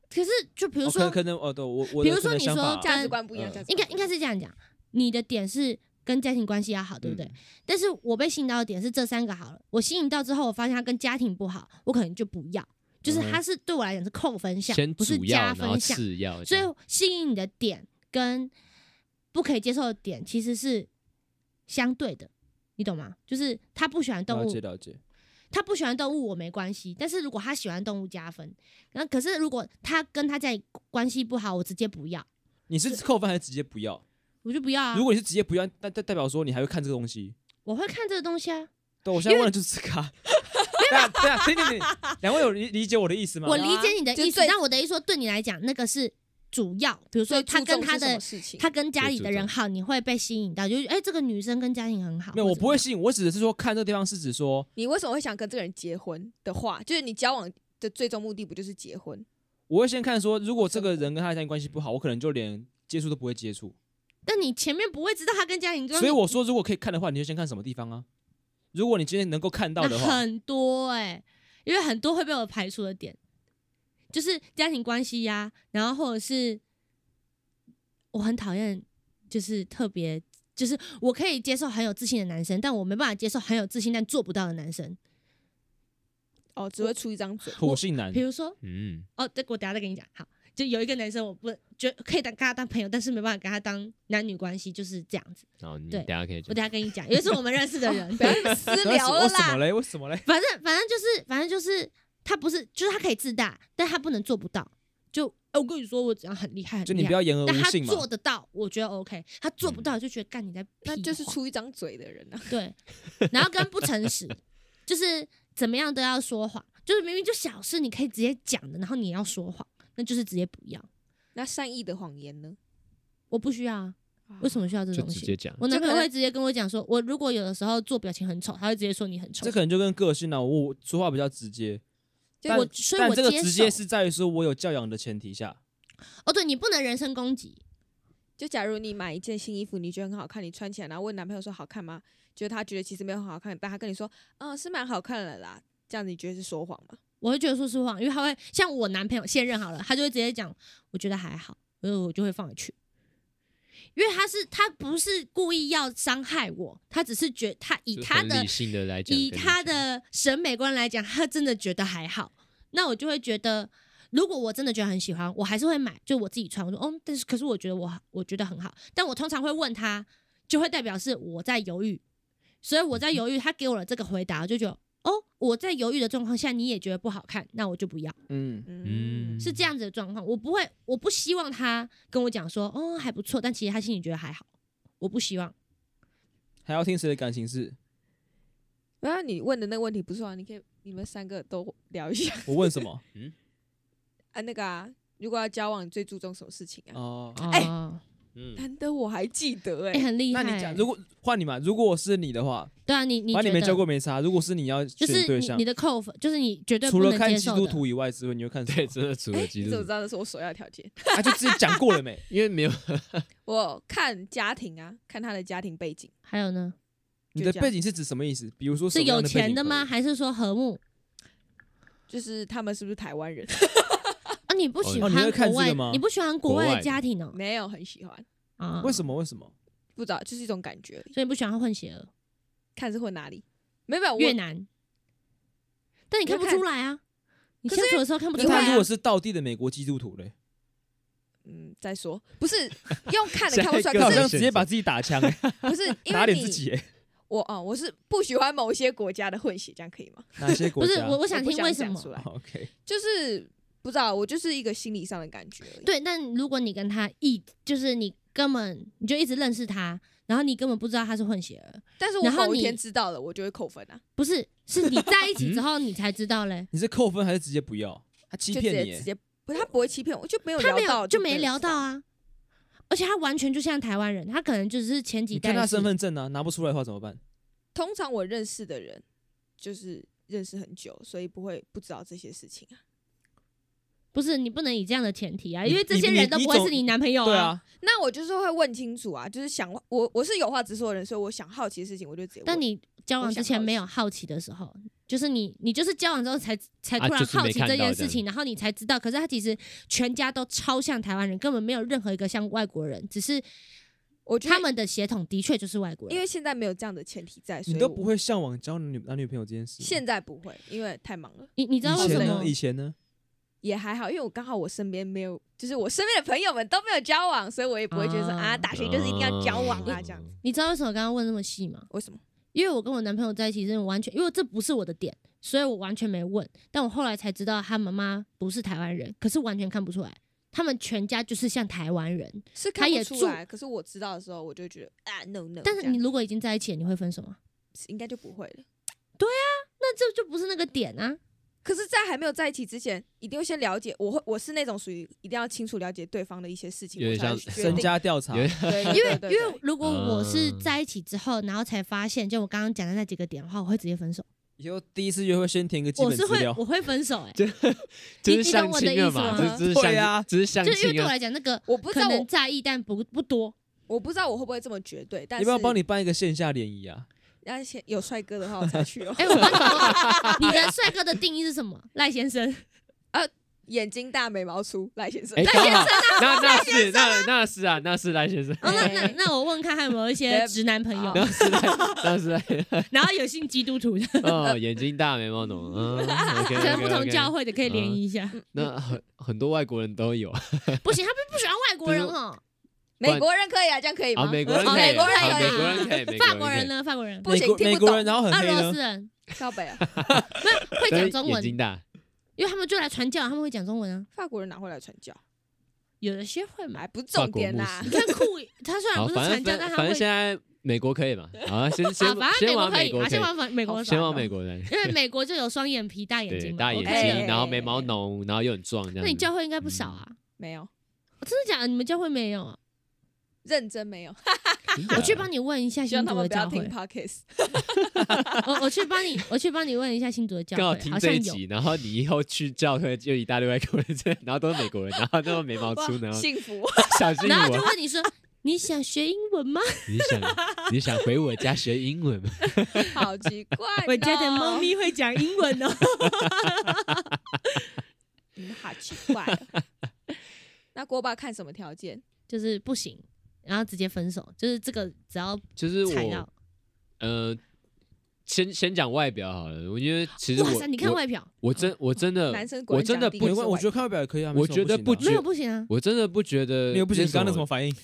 可是就比比如说，可能哦，对我我的比如说可能你想说法 [laughs] 这样价值观不一样，嗯价值观应该应该是这样讲，你的点是跟家庭关系要好，对不对？嗯但是我被吸引到的点是这三个好了，我吸引到之后，我发现他跟家庭不好，我可能就不要，就是嗯哼他是对我来讲是扣分项，先不是主加要，然后分项。次要，所以吸引你的点跟不可以接受的点其实是相对的，你懂吗？就是他不喜欢动了物解，了解，他不喜欢动物我没关系，但是如果他喜欢动物加分，那可是如果他跟他家里关系不好，我直接不要，你是扣分还是直接不要？我就不要啊如。果你是直接不要，那代代表说你还会看这个东西。我会看这个东西啊，对，我现在问的就是这个啊。对啊，对啊，对对对，两位有理理解我的意思吗？我理解你的就意思，最但我的意思说对你来讲那个是主要，比如所说以他注跟重他是什的么。事情他跟家最里注的人重好，你会被吸引到，就是哎、这个女生跟家庭很好。没有，我或者不会怎吸引，我只是说看这个地方是指说，你为什么会想跟这个人结婚的话，就是你交往的最终目的不就是结婚？我会先看说，如果这个人跟他的家庭关系不好，我可能就连接触都不会接触。么样，但你前面不会知道他跟家庭关系所以我说，如果可以看的话，你就先看什么地方啊？如果你今天能够看到那的话，很多哎、因为很多会被我排除的点，就是家庭关系呀、然后或者是我很讨厌，就是特别，就是我可以接受很有自信的男生，但我没办法接受很有自信但做不到的男生。哦，只会出一张嘴。火性男比，如说，嗯，哦，这我等下再跟你讲。好，就有一个男生，我不觉可以当跟他当朋友，但是没办法跟他当男女关系，就是这样子。然后你对等一下可以讲我等下跟你讲，也是我们认识的人。 [laughs] 不要 [laughs] 私对啊聊了我什么啦，嘞？为什么嘞？反正反正就是反正就是他不是，就是他可以自大，但他不能做不到。就、呃我跟你说，我只要很厉害，很就厉你害不，要言而但无他信嘛。嗯做得到，我觉得 OK。他做不到，就觉得干你在屁话，那就是出一张嘴的人啊。对。然后跟不诚实，就是怎么样都要说谎，就是明明就小事你可以直接讲的，然后你也要说谎，那就是直接不要。那善意的谎言呢？我不需要啊，嗯为什么需要这就东直接西？讲，我就男朋友可能会直接跟我讲说，我如果有的时候做表情很丑，他会直接说你很丑这。可能就跟个性啊，我我说话比较直接，就但我所以但我这个接直接受是在于说我有教养的前提下，哦，对你不能人身攻击，就假如你买一件新衣服，你觉得很好看，你穿起来，然后问男朋友说好看吗？就是他觉得其实没有很好看，但他跟你说，嗯，是蛮好看的啦。这样子你觉得是说谎吗？我会觉得说实话，因为他会像我男朋友现任好了，他就会直接讲，我觉得还好，所以我就会放回去。因为他是他不是故意要伤害我，他只是觉他以就是他很的理性的来讲，以跟你他讲的审美观来讲，他真的觉得还好。那我就会觉得，如果我真的觉得很喜欢，我还是会买，就我自己穿。我说，哦，但是可是我觉得我我觉得很好，但我通常会问他，就会代表是我在犹豫，所以我嗯在犹豫。他给我了这个回答，我就觉得，哦，我在犹豫的状况下，你也觉得不好看，那我就不要。嗯，嗯是这样子的状况，我不会，我不希望他跟我讲说，哦，还不错，但其实他心里觉得还好，我不希望。还要听谁的感情事？没有，你问的那个问题不是啊？你可以你们三个都聊一下 [laughs] 我问什 [laughs] 么？啊，那个啊，如果要交往，你最注重什么事情啊？哦，哎哦嗯难得我还记得哎、[laughs] 哎、很厉那害、你讲，如果换你嘛，如果我是你的话，对啊，你你把你觉没得交过没差。如果是你要就选是对你象你，的扣分，就是你绝对除不了能看接基受督的。徒以外之外，你会看什对，么？真的除哎了基你督怎么徒知，道那是我首要条件？啊，就之前讲过了没？因为没有我看家庭啊，看他的家庭背景，还有呢，你就的这样背景是指什么意思？比如说什是么样有的背钱景的可以吗？？还是说和睦？就是他们是不是台湾人？ [laughs] 啊，你不喜哦欢你会看国这外个吗，你不喜欢国国外外的家庭哦？没有很喜欢，啊，为什么？为什么？不知道，就是一种感觉而已，所以你不喜欢混血儿？看是混哪里。没有没有，越我南，但你我看不看出来啊，你可相处的时候看不那出来他如果啊。是道地的美国基督徒 [laughs] 嘞，嗯再说，不是用 [laughs] 看的下一看不出来，个他好可像是直接把自己打枪，[laughs] 不是因打为脸自你己 [laughs] 欸。我哦，我是不喜欢某些国家的混血，这样可以吗？哪些不国是家？我，我想不听为什讲么？出 [laughs] 来哦 OK，就是不知道，我就是一个心理上的感觉而已。对，但如果你跟他一，就是你根本你就一直认识他，然后你根本不知道他是混血儿，但是我然后某一你天知道了，我就会扣分啊，不是，是你在一嗯起之后你才知道嘞。你是扣分还是直接不要？他欺就直骗你接直欸，接不，他不会欺骗我，就没有他聊没有到就没没有聊知道到啊，而且他完全就像台湾人，他可能只是前几你代看他是身份证啊，拿不出来的话怎么办？通常我认识的人就是认识很久，所以不会不知道这些事情啊。不是你不能以这样的前提啊，你因为这些人都不会是你男朋友对。啊，那我就是会问清楚啊，就是想我我是有话直说的人，所以我想好奇的事情我就直接问。但你交往之前没有好奇的时候，就是你你就是交往之后才才突啊然就是好没奇看这件到事情，然后你才知道。可是他其实全家都超像台湾人，根本没有任何一个像外国人，只是我觉得他们的血统的确就是外国人。因为现在没有这样的前提在，所你以都不我会向往交女男女朋友这件事吗。现在不会，因为太忙了，你你知道为以什前么呢？？以前呢？也还好，因为我刚好我身边没有，就是我身边的朋友们都没有交往，所以我也不会觉得说啊啊，大学就是一定要交往啊这样子。你知道为什么我刚刚问那么细吗？为什么？因为我跟我男朋友在一起，真的完全因为这不是我的点，所以我完全没问。但我后来才知道，他妈妈不是台湾人，可是完全看不出来，他们全家就是像台湾人。是他看也不出住来，可是我知道的时候，我就觉得啊，no no，但是这样你如果已经在一起了，你会分手吗？应该就不会了。那这就不是那个点啊。可是，在还没有在一起之前，一定会先了解。我会，我是那种属于一定要清楚了解对方的一些事情，有我点才像会决身定。家调查有，点对，因 [laughs] 为对对因对为如果我是嗯在一起之后，然后才发现，就我刚刚讲的那几个点的话，我会直接分手。以后第一次约会先填一个基我本是资会料，我会 [laughs] 分手哎、这这是你懂相我的亲了意嘛？这思吗这是对啊相，这是相就是因为亲对我啊。来讲，那个我不知可道能我在意，但不不多。我不知道我会不会这么绝对，但要是不要帮你办一个线下联谊啊？要先有帅哥的话我才去 [laughs] 哦。哎、我问 [laughs] 你哦，你的帅哥的定义是什么？赖先生，眼睛大，眉毛粗，赖先生哎，，刚 [laughs] 好，那那是那那是啊，那是赖先生，哦，那那那我问看看有没有一些直男朋友，那是赖，那是赖，然后有信基督徒的，哦，眼睛大，眉毛浓，嗯，OK，嗯 [laughs] 可能不同教会的可以联谊一下。那很很多外国人都有啊，嗯不行，他们不喜欢外国人哦。美国人可以啊，这样可以吗？美国人哦可以，美国人啊可美以国人可 [laughs] 以，美法国可以人？呢？法国 [laughs] 人、不美行国听美不国懂人然后很俄黑罗呢斯？人，靠北啊，没有会但讲是中眼文，睛大，因为他们就来传教，他们会讲中文啊。法国人哪会来传教？有的些会嘛哎，。不是重点法啦国 [laughs] 你。看酷，他虽 [laughs] 然好，不是反正传教，反但正他反会正现在美国可以嘛，好 [laughs] 啊，先先啊，反正先往美美国可以，国啊，可先以，往美美国，先往美，国来， [laughs] 因为美国就有双眼皮、大眼对，睛嘛，大眼 OK 的睛，然后眉毛浓，然后又很壮，这样子。那你教会应该不少嗯啊？没有，哦真的假的？你们教会没有啊？认真没有。真假的 [laughs] 我去帮你问一 [laughs] 下希新望他竹的们不教要会听。podcast。我我去帮你，我去帮你问一下新竹的教刚好会，啊听好这像一有。集，然后你以后去教会就一大堆外国人，然后都是美国人，然后都是眉毛粗，然后幸福， [laughs] 小心然后就我，问你说，你想学英文吗？你想 [laughs] 你想回我家学英文 [laughs] 吗？好奇怪。我家的猫，咪 [laughs] 会讲英文哦。你们嗯好奇怪 [laughs] 哦。那锅巴看什么条件？ [laughs] 就是不行，然后直接分手，就是这个只要就是踩我到，，呃，先先讲外表好了，我觉得其实哇我塞，你看我外表我真我真的男生果我然真的讲不第没关一个是系，我外觉得看外表也可以啊。没我什么觉得不不行的觉没有不行啊我真的不觉得没有不行，那你刚刚那什么反应？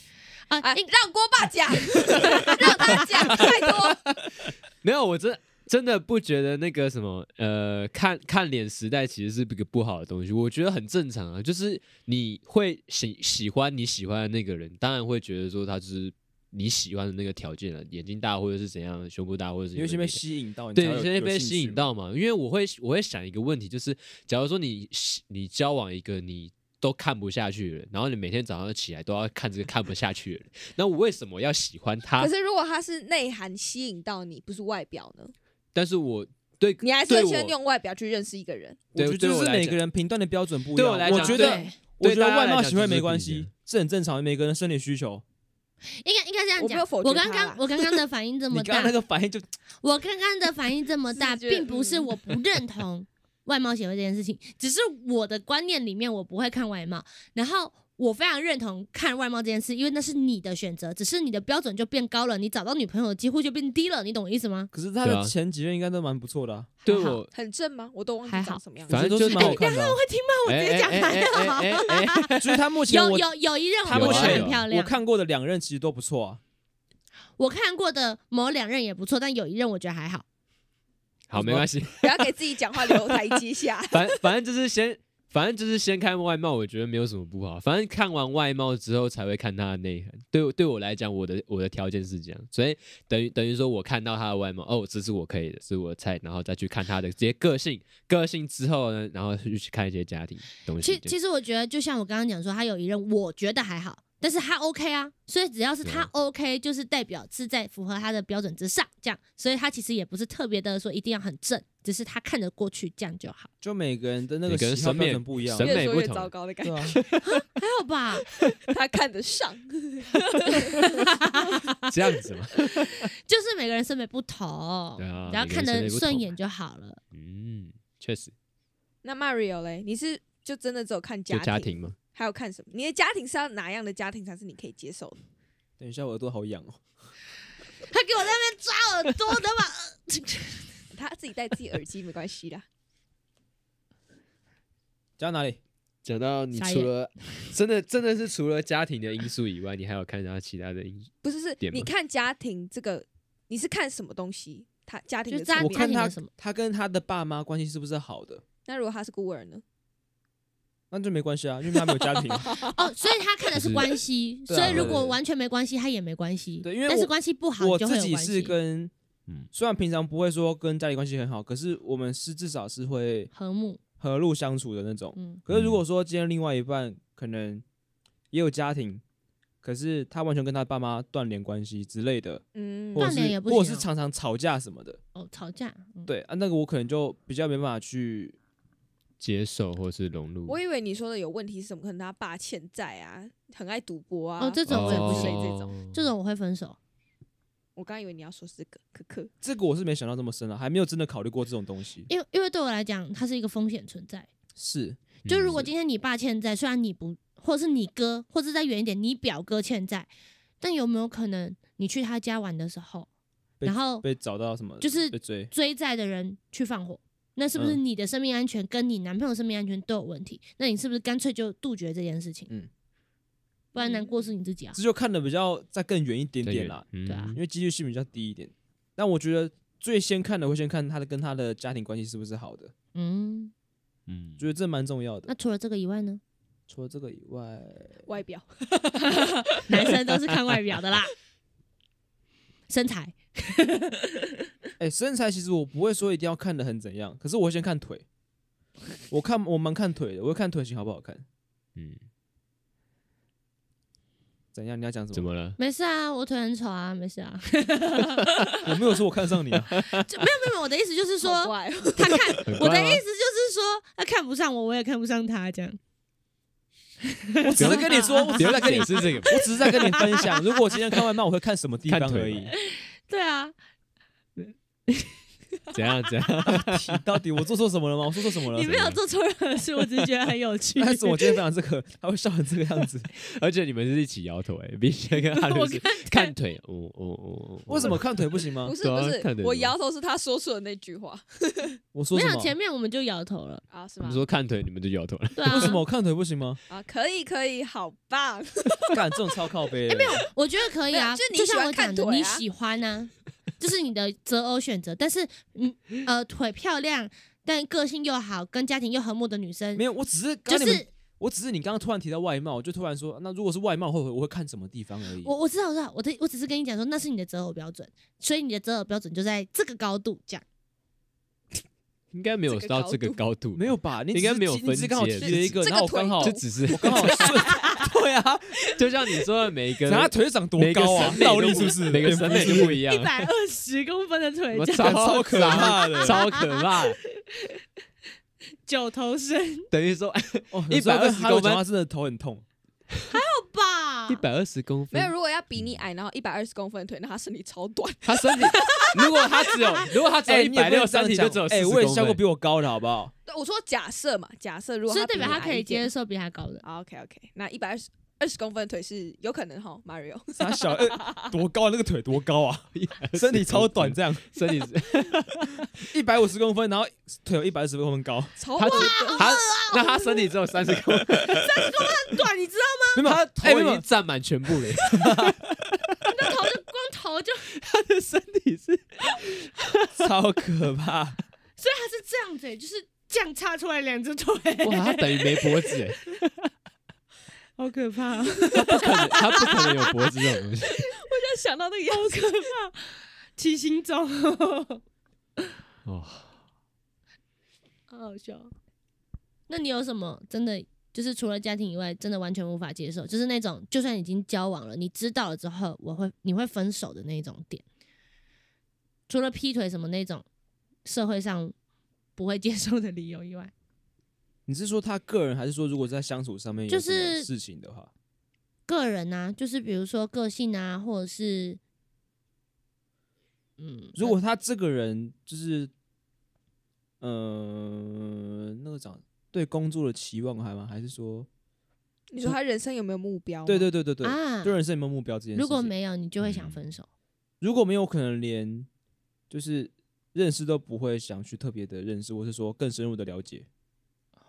啊！ [laughs] 哎，应让锅巴讲，让他讲 [laughs] 太多。没有，我真真的不觉得那个什么，呃，看看脸时代其实是一个不好的东西，我觉得很正常啊。就是你会喜喜欢你喜欢的那个人，当然会觉得说他就是你喜欢的那个条件了，眼睛大或者是怎样，胸部大或者是因为有先被那个吸引到，你对，才你有现在被吸引。有兴趣嘛到嘛？因为我会我会想一个问题，就是假如说你喜你交往一个你都看不下去的人，然后你每天早上起来都要看这个看不下去的人，那我为什么要喜欢他可？是如果他是内涵吸引到你，不是外表呢？但是我对你还是对会我先用外表去认识一个人。我觉得对对就我是来每讲个人评断的标准不一对样。我来讲觉得对对我对觉得大家外来貌讲协会就是没不关一样系，是很正常的，每个人生理需求。该应该这样我没有讲。否我决他刚刚我刚刚的反应这你么刚大刚那，个反应就我刚刚的反应这么大，是觉得并不是我不认同外貌协会这件事情，只是我的观念里面我不会看外貌，然后我非常认同看外貌这件事，因为那是你的选择，只是你的标准就变高了，你找到女朋友的机会就变低了，你懂我意思吗？可是他对的啊前几任应该都蛮不错的啊，对还好我很正吗？我都忘记还好长什么样子。反正都就是是蛮好看的啊。会听吗？我直接讲还好。哎哎哎哎哎就是他目前有我有有一任他我目觉得前有很漂我亮，看过的两任其实都不错啊。我看过的某两任也不错，但有一任我觉得还好。好，没关系，不要给自己讲话留台 [laughs] 阶下。 [laughs] 反反正就是先，反正就是先看外貌，我觉得没有什么不好。反正看完外貌之后才会看他的内涵。对我对我来讲，我的我的条件是这样，所以等于等于说我看到他的外貌，哦，这是我可以的，是我的菜，然后再去看他的这些个性，个性之后呢，然后去去看一些家庭东西其这样。其实我觉得，就像我刚刚讲说，他有一任我觉得还好，但是他 OK 啊，所以只要是他对 OK，就是代表是在符合他的标准之上，这样，所以他其实也不是特别的说一定要很正，只是他看得过去，这样就好，就每个人的那个每个人喜好审美标准不一样，啊审越美说不越同嗯糟糕的感对觉，啊， [laughs] 还好吧？他看得上， [laughs] 这样子嘛。 [laughs] 就是每个人审美不同，对啊只要每个人看审得美不顺同眼嘛就好了。嗯，确实，那 Mario 嘞，你是就真的只有看就家家庭嘛。还有看什么？你的家庭是要哪样的家庭才是你可以接受的？等一下我耳朵好痒哦，他给我在那边抓耳朵，等把他自己戴自己耳机没关系啦。讲到哪里？讲到你傻除眼了真的真的是除了家庭的因素以外，你还有看到其他的因素？不是，是点你吧看家庭这个，你是看什么东西？他家庭就的家侧我庭面看家他有什么他跟他的爸妈关系是不是好的，那如果他是孤儿呢？那就没关系啊，因为他没有家庭啊。哦，所以他看的是关系，对啊所以如对果对对完全没关系，他也没关系。对因为但是我关系不好，我你就会自有己关是系。跟嗯，虽然平常不会说跟家里关系很好，可是我们是至少是会和睦，和睦相处的那种。嗯，可是如果说今天另外一半可能也有家庭，可是他完全跟他爸妈断联关系之类的，嗯，或者断联是也不或者行是啊常常吵架什么的，哦，吵架，嗯，对啊，那个我可能就比较没办法去。接受或是融入，我以为你说的有问题是什么，可能他爸欠债啊，很爱赌博啊。哦，这种我也不之类行，这种种这种我会分手。我刚以为你要说是这个，可可，这个我是没想到这么深了、啊还没有真的考虑过这种东西。因为因为对我来讲，它是一个风险存在。嗯是，就如果今天你爸欠债，虽然你不，或者是你哥，或者再远一点，你表哥欠债，但有没有可能你去他家玩的时候，被然后被找到什么？哦就是被追。追债的人去放火？那是不是嗯你的生命安全跟你男朋友生命安全都有问题？那你是不是干脆就杜绝这件事情？嗯不然难过是你自己啊。这就看的比较再更远一点点啦，对对啊因为几率性比较低一点。但我觉得最先看的会先看他的跟他的家庭关系是不是好的，嗯，嗯，觉得这蛮重要那的。除了这个以外呢？ [laughs] 除了这个以外，外表男生都是看外表的啦，身材。哎，身材其实我不会说一定要看的很怎样，可是我会先看腿。我看我蛮看腿的，我会看腿型好不好看。嗯，怎样？你要讲什怎么？么了？没事啊，我腿很丑啊，没事啊。 [laughs] 我没有说我看上你 [laughs] 啊，就没有没有没有，我的意思就是好 [laughs] 说，怪哦，他看很我乖的啊吗意思就是说，他看不上我，我也看不上他，这样。我只是跟你 [laughs] 说，我不只要是在跟再跟你你，是这个吧，我只是在跟你分享。如果我今天看外貌，我会看什么地看方腿而已。 [laughs] 对啊，怎样怎样？ [laughs] 你到底我做错什么了吗？我做错什么了？你没有做错任何事，我只是觉得很有 [laughs] 趣。但是我今天分享这个，他会笑成这个样 [laughs] 子。而且你们是一起摇头哎，比起那个哈我伦斯看看腿，哦哦哦，为什么看腿不行 [laughs] 吗哦不？是对啊不看是，得我出摇头是他说出的那句话我说没什有么？前面我们就摇头了，啊，是他吗们？说看腿，你们就摇头了？对啊。为 [laughs] 什么我看腿不行吗？啊，可以可以，好棒，干这种超靠哎背的。欸没有，我觉得可以没啊，有就是你就像我喜欢看讲的，腿啊你喜欢 [laughs] 呢、这是你的择偶选择。但是，嗯呃，腿漂亮，但个性又好，跟家庭又和睦的女生没，有，我只是就刚刚你们是我只是你刚刚突然提到外貌，我就突然说，那如果是外貌，会我会看什么地方而已。我我知道，我知道，我的我只是跟你讲说，那是你的择偶标准，所以你的择偶标准就在这个高度这样。应该没有到这个高度，没有，吧？你应该没有只是提你只是分刚好提界了一个，这个然后我刚好就只是我 [laughs] 刚好顺。对啊， [laughs] 就像你说的，每一个等他腿长多每个高啊审？美倒都立不是不是？每个审美都不一样一，百二十公分的腿我，这样超超可怕的超可怕。 [laughs] 九头身等于说哦， 120他公分他真的头很痛。吧？一百二十公没有，分，如果要比你矮，然后一百二十公分的腿，那他身体超短， [laughs] 他身体 [laughs] 如果他只有如果他只有哎，一你也百不能六，这样身体讲就只有哎， 40我也公笑过分比我高的好不好？对，我说假设嘛，假设如果所以比代表你他可矮以一点接受比他高的。啊，OK OK，那一百二十二十公分的腿是有可能哈，Mario 哦他小 [laughs] 哎呃多高啊？那个腿多高啊？身体超短，这样身体是一百五十公分，然后腿有一百二十公分高。 [laughs] 超他短只 [laughs] 的，他 [laughs] 那他身体只有三十公 [laughs] 分，短，你知没道有，他哎头没已有经占满全部了，吗？头就光头就，他的身体是 [laughs] 超可怕。所以他是这样子、就是这样插出来 [laughs] 两只腿， [laughs] 哇，他等于没脖子 [laughs] 哎，好可怕、不可能，他不可能有脖子这种 [laughs] 东西。想到那个样子，体型中，哦，好好笑。那你有什么真的就是除了家庭以外，真的完全无法接受，就是那种就算已经交往了，你知道了之后，我会你会分手的那种点。除了劈腿什么那种社会上不会接受的理由以外，你是说他个人，还是说如果在相处上面有就什么是事情的话？个人啊，就是比如说个性啊，或者是嗯，如果他这个人就是，呃，那个讲对工作的期望还吗？还是说，你说他人生有没有目标？对，对对对对，啊，对人生有没有目标这件事情？如果没有，你就会想嗯分手。如果没有，可能连就是认识都不会想去特别的认识，或是说更深入的了解。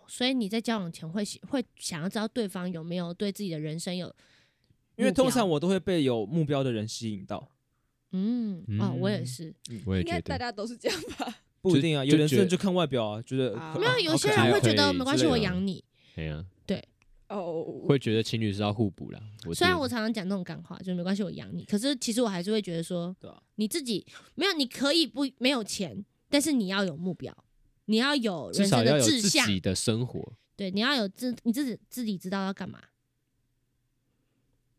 所以你在交往前会喜会想要知道对方有没有对自己的人生有目因标，为通常我都会被有目标的人吸引到，嗯哦，我也嗯是，我也应觉该大得，家都是这样 [laughs] 吧？不一定啊。就有人觉真的就看外表啊，觉得 [laughs] 啊可没有有些人爱会觉得会没之关系，类我的养你。哎呀，哦，会觉得情侣是要互补啦。虽然觉我得常常讲这种感话，就没关系，我养你。可是其实我还是会觉得说，对啊你自己没有，你可以不没有钱，但是你要有目标，你要有至人少生要的有志自向，己的生活，对，你要有自你自己自己知道要干嘛。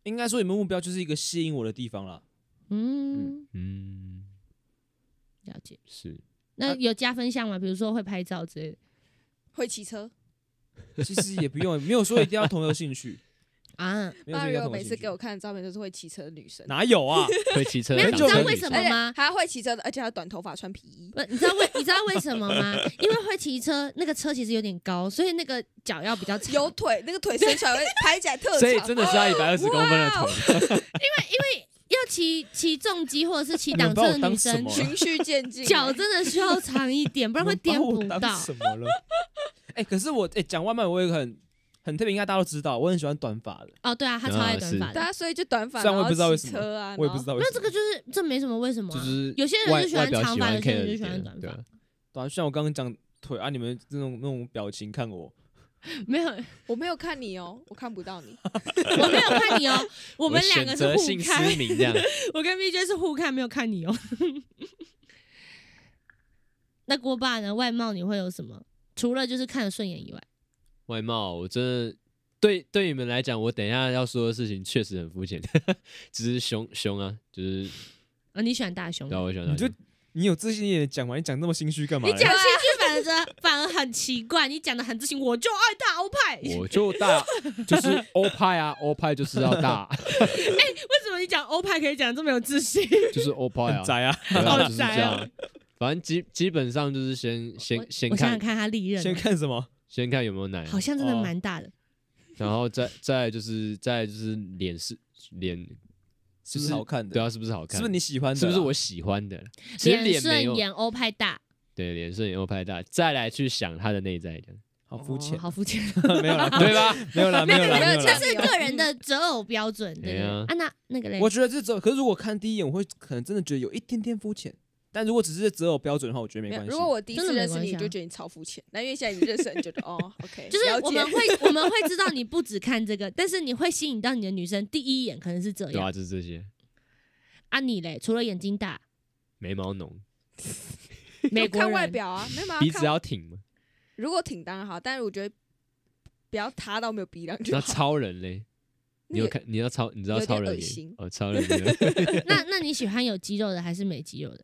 应该说你们目标就是一个吸引我的地方啦。嗯，嗯，了解。是那啊有加分项吗？比如说会拍照之类的会骑车。其实也不用，没有说一定要同一个兴趣，啊？没有说那一定如要同果一每个次兴给我趣。看的照片都是会骑车的女生，哪有啊？会骑车没的有长腿女生，你知道为什么而且吗还会骑车的，而且还短头发穿皮 [laughs] 衣。不，你知道为你知道为什么吗？因为会骑车，那个车其实有点高，所以那个脚要比较长。有腿，那个腿伸出来会拍起来特所以长哦真的是要一百二十公分的哇头哦，要骑骑重机或者是骑你挡们把车我的当女什生么，啊循序渐进。脚真的需要长一点，不然会颠你不们把我当到。什么了？哎、可是我哎讲、外卖，我有一个很很特别，应该大家都知道，我很喜欢短发的。哦，对啊，他超爱短发啊的。对啊，所以就短发，虽然我也不知道为然后什骑么车啊，我也不知道为没有什这么。个就是这没什么为什么啊、就是有些人外就喜外欢表长喜发，欢有些 K 人的就喜欢点短对啊发。对啊，像我刚刚讲腿啊，你们那种那种表情看我，没有， [laughs] 我没有看你哦，我看不到你。我没有看你 [laughs] 哦，我们两个选是择性互看失，明这样，我跟 BJ 是互看，没有看你哦。 [laughs] 那锅巴呢？外貌你会有什么？除了就是看得顺眼以外，外貌，我真的对对你们来讲，我等一下要说的事情确实很肤浅，只是胸胸啊，就是啊，你喜欢大胸对啊，的？我喜欢你大就胸。你有自信一点讲嘛，你讲那么心虚干嘛你嘞？讲兴趣反而真的反而很奇怪，你讲的很自信，我就爱大欧派。我就大，就是欧派啊，欧派就是要大， [laughs] 为什么你讲欧派可以讲得这么有自信？就是欧派啊很，宅啊，对啊好就是这宅啊样。反正基基本上就是先我先先我看想想看他历任，先看什么？先看有没有奶，好像真的哦蛮大的。然后再再就是再就是脸是脸，是就是不是好看的？对啊，是不是好看？是不是你喜欢的？啊是不是我？喜欢的？其实脸脸没顺有，眼，欧派大，对，脸顺眼又拍大，再来去想他的内在这样，好肤哦浅，好肤浅。啊 [laughs] 没有啦，啊对 [laughs] 吧？没有啦， [laughs] 没有啦，没没有有这啦样。是个人的择偶标准，对不对？对啊啊，那那个嘞，我觉得这择，可是如果看第一眼，我会可能真的觉得有一点点肤浅。但如果只是择偶标准的话，我觉得没没有关，系。如果我第一真的次没认识关你，系我啊就觉得你超肤浅。那因为现在你认识了，你觉得哦，OK，就是了我解们会我们会知道你不只看这个，但是你会吸引到你的女生第一眼可能是这对样啊，就是这些啊。你嘞，除了眼睛大，眉毛浓，美我国看外人表啊，没有嘛鼻子看要挺嘛。如果挺当然好，但是我觉得不要塌到没有鼻梁就那好。超人 [laughs] 嘞？你有看？你要超？你知道有点超人恶也心哦，超人也 [laughs] 那那你喜欢有肌肉的还是没肌肉的？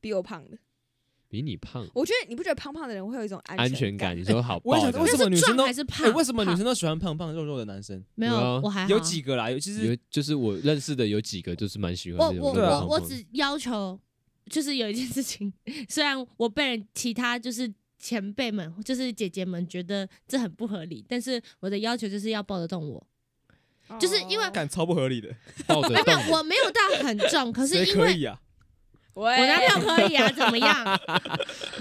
比我胖的？ [laughs] 比你胖，我觉得你不觉得胖胖的人会有一种安全全感。你说好我也爆想的为什么女生都那是壮还是胖哎为什么女胖生都喜欢胖胖肉肉的男生？没有啊有，我还好有几个啦，尤其是有就是我认识的有几个就是蛮喜欢我这种我肉肉啊我胖我胖的只要求，就是有一件事情，虽然我被人其他就是前辈们，就是姐姐们觉得这很不合理，但是我的要求就是要抱得动我。就是因为哦感超不合理的，抱 [laughs] 得没动有，我没有到很重，可是谁因可为以啊？喂我男朋友可以啊，怎么样？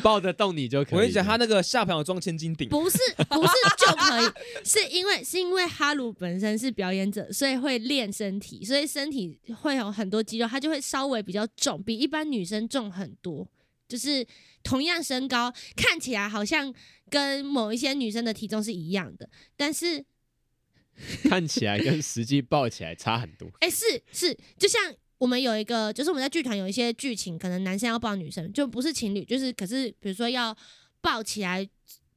抱得动你就可以。啊我跟你讲，他那个下盘有装千斤顶，不是不是就可以，是因为是因为哈鲁本身是表演者，所以会练身体，所以身体会有很多肌肉，他就会稍微比较重，比一般女生重很多。就是同样身高，看起来好像跟某一些女生的体重是一样的，但是看起来跟实际抱起来差很多。哎、是是，就像我们有一个，就是我们在剧团有一些剧情，可能男生要抱女生，就不是情侣，就是可是比如说要抱起来，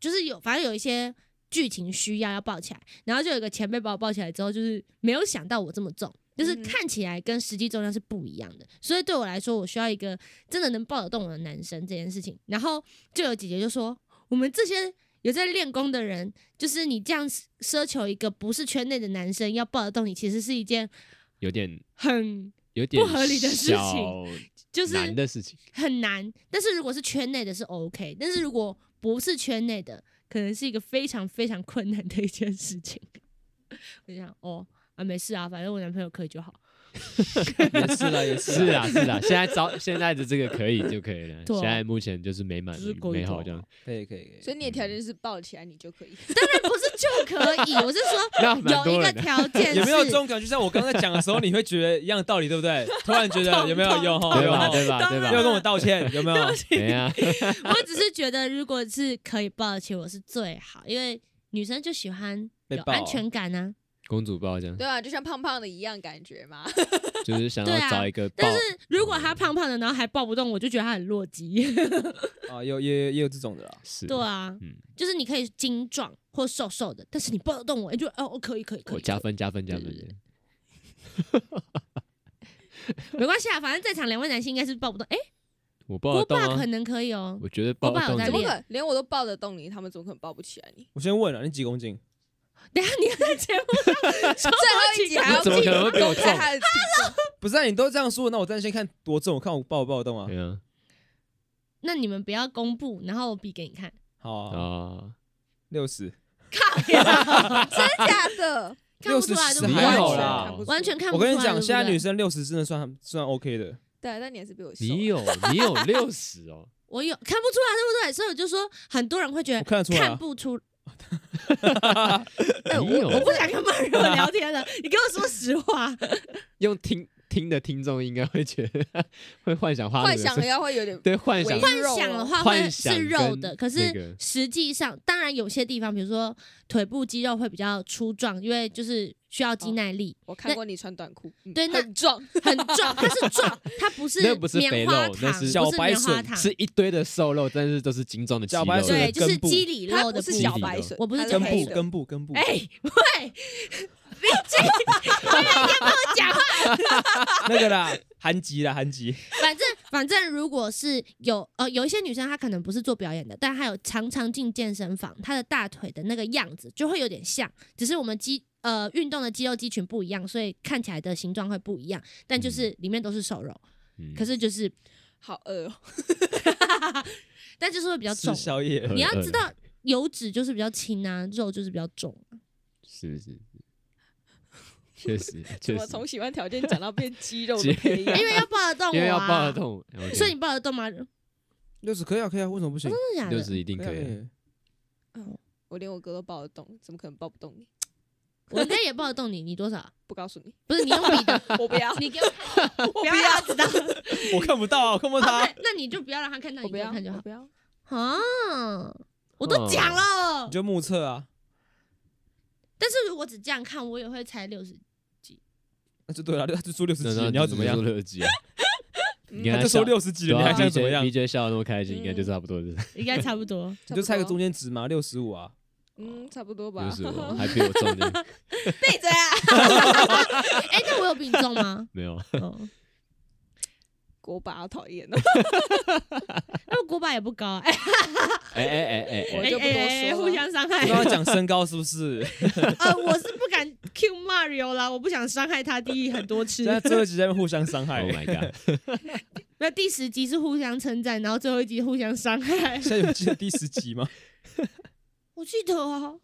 就是有反正有一些剧情需要要抱起来，然后就有一个前辈把我抱起来之后，就是没有想到我这么重，就是嗯哼看起来跟实际重量是不一样的，所以对我来说，我需要一个真的能抱得动我的男生这件事情。然后就有姐姐就说，我们这些有在练功的人，就是你这样奢求一个不是圈内的男生要抱得动你，其实是一件有点很有点不合理的事情小就是难的事情。很难。但是如果是圈内的是 OK，但是如果不是圈内的，可能是一个非常非常困难的一件事情。 [laughs] 我就想哦啊，没事啊，反正我男朋友可以就好。也是啦，也是啦，啊，是啊，现在早现在的这个可以就可以了。对啊现在目前就是美满 [laughs] 就是够美就好好这样。可以可以可以。所以你的条件是抱起来你就可 [laughs] 以。当然不是就可以，我是那说 [laughs] 蛮有一多个人的条件有没有是这种感觉？就像我刚才讲的时候，你会觉得一样的道理，对不对？突然觉得有 [laughs] 没有有哈对有吧？哈，对吧？啊当对要吧？跟我道歉， [laughs] 有没有？对呀，我只是觉得，如果是可以抱得起我是最好，因为女生就喜欢被有抱安全感啊。公主抱这样对，啊，就像胖胖的一样感觉 [laughs] 嘛。就是想对要啊找一个抱但。是如果嗯她胖胖的，然后还抱不动，我就觉得她很弱鸡。啊，有也也有这种的啦。是，对啊，嗯就是你可以精壮或瘦瘦的，但是你抱得动我，你就哦，可以可以可我以，加分加分加对对分。没关系啊，反正在场两位男性应该是抱不动。哎，我抱郭得动爸可啊，能可以哦，我觉得我抱得爸有动在的。怎么练可连我都抱得动你，他们怎么可能抱不起来你？我先问了，你几公斤？等一下你要在节目上最说后几一集个还要怎么可能会比我公开他的 [laughs] 体重？不是啊，你都这样说，那我当然先看多重，我看我抱不抱得动啊对。啊，那你们不要公布，然后我比给你看。好，啊，六十，真假 [laughs] 的？看不出来， 60对不还好对？啦看不出来完全看不我出来。跟你讲，对不现在对女生六十真的算算 OK 的。对，但你还是比我瘦。你有你 [laughs] 有六十哦，我有看不出来，对不对？所以我就说，很多人会觉得我看得出来啊看不出。哎你有我不想跟慢热聊天了，你跟我说实话。用听听的听众应该会觉得会幻想花幻露想水要会有点对幻想微哦幻想的话会幻想是肉的，跟可那是个实际上，当然有些地方，比如说腿部肌肉会比较粗壮，因为就是需要肌耐力，我看过你穿短裤，嗯对那很壮，哦很壮，它是壮，它 [laughs] 不是那不是肥棉花肉糖，那是不是小白棉花笋糖，是一堆的瘦肉，但是都是精壮的肌小白肉。是笋对，就是根部肌理他肉的不是部分。哦小白水，我不是他根黑部的根部根部，哎，喂， [laughs] 你 [laughs] 这你们应该跟我讲话。那个啦，韩籍啦，韩籍，反正反正，如果是有呃有一些女生，她可能不是做表演的，但她有常常进健身房，她的大腿的那个样子就会有点像，只是我们肌呃运动的肌肉肌群不一样，所以看起来的形状会不一样，但就是里面都是瘦肉，嗯可是就是好饿哦。但就是会比较重吃。宵夜呃你要知道，油脂就是比较轻啊，肉就是比较 [laughs] 重。是是是，确实怎确么实，从喜欢条件讲到变肌肉肌的配音？因为要抱得动我、啊，因为要抱得，动，所以你抱得动吗？真六十可以啊，可以啊，为什么不行？的假的？六十一定可以。以，啊我连我哥都抱得动，怎么可能抱不动你？我应该也抱得动你，你多少？不告诉你，不是你用 [laughs] 笔的，我不要，你给我看，我不不要要，让他知道。我看不到啊，我看不到好，他哦那， [laughs] 那你就不要让他看到，我你不给我要，看就好我。不要。啊，我都讲哦了你，就目测啊，但是如果只这样看，我也会猜六十。那就对了，他就说六十那几，那你要怎么样就？是六级啊？你他看就说笑六十几 [laughs] 对了，你还啊想怎么样？ ？BJ 笑得那么开心，应该就嗯差不多是。应该差不多。你就猜个中间，间值嘛，六十五啊。嗯，差不多吧。就是我还比我重这样，？[laughs] 闭嘴啊！ [laughs] 哎、那我有比你重吗 [laughs] [laughs] 没有。哦，锅巴好讨厌哦，那我锅巴也不高啊，哎、哎哎哎哎我哎，就不多说了哎哎 [laughs] 哎互相伤害不。要讲身高是不 [laughs] 是？ [laughs] 呃，我是不敢 Q Mario 啦，我不想伤害他。第一很多次现，在 [laughs] 最后一集在那边互相伤害 Oh，my [laughs] god！那第十集是互相称赞，然后最后一集互相伤 [laughs] 害。现在有记得第十集吗？我记得啊，哦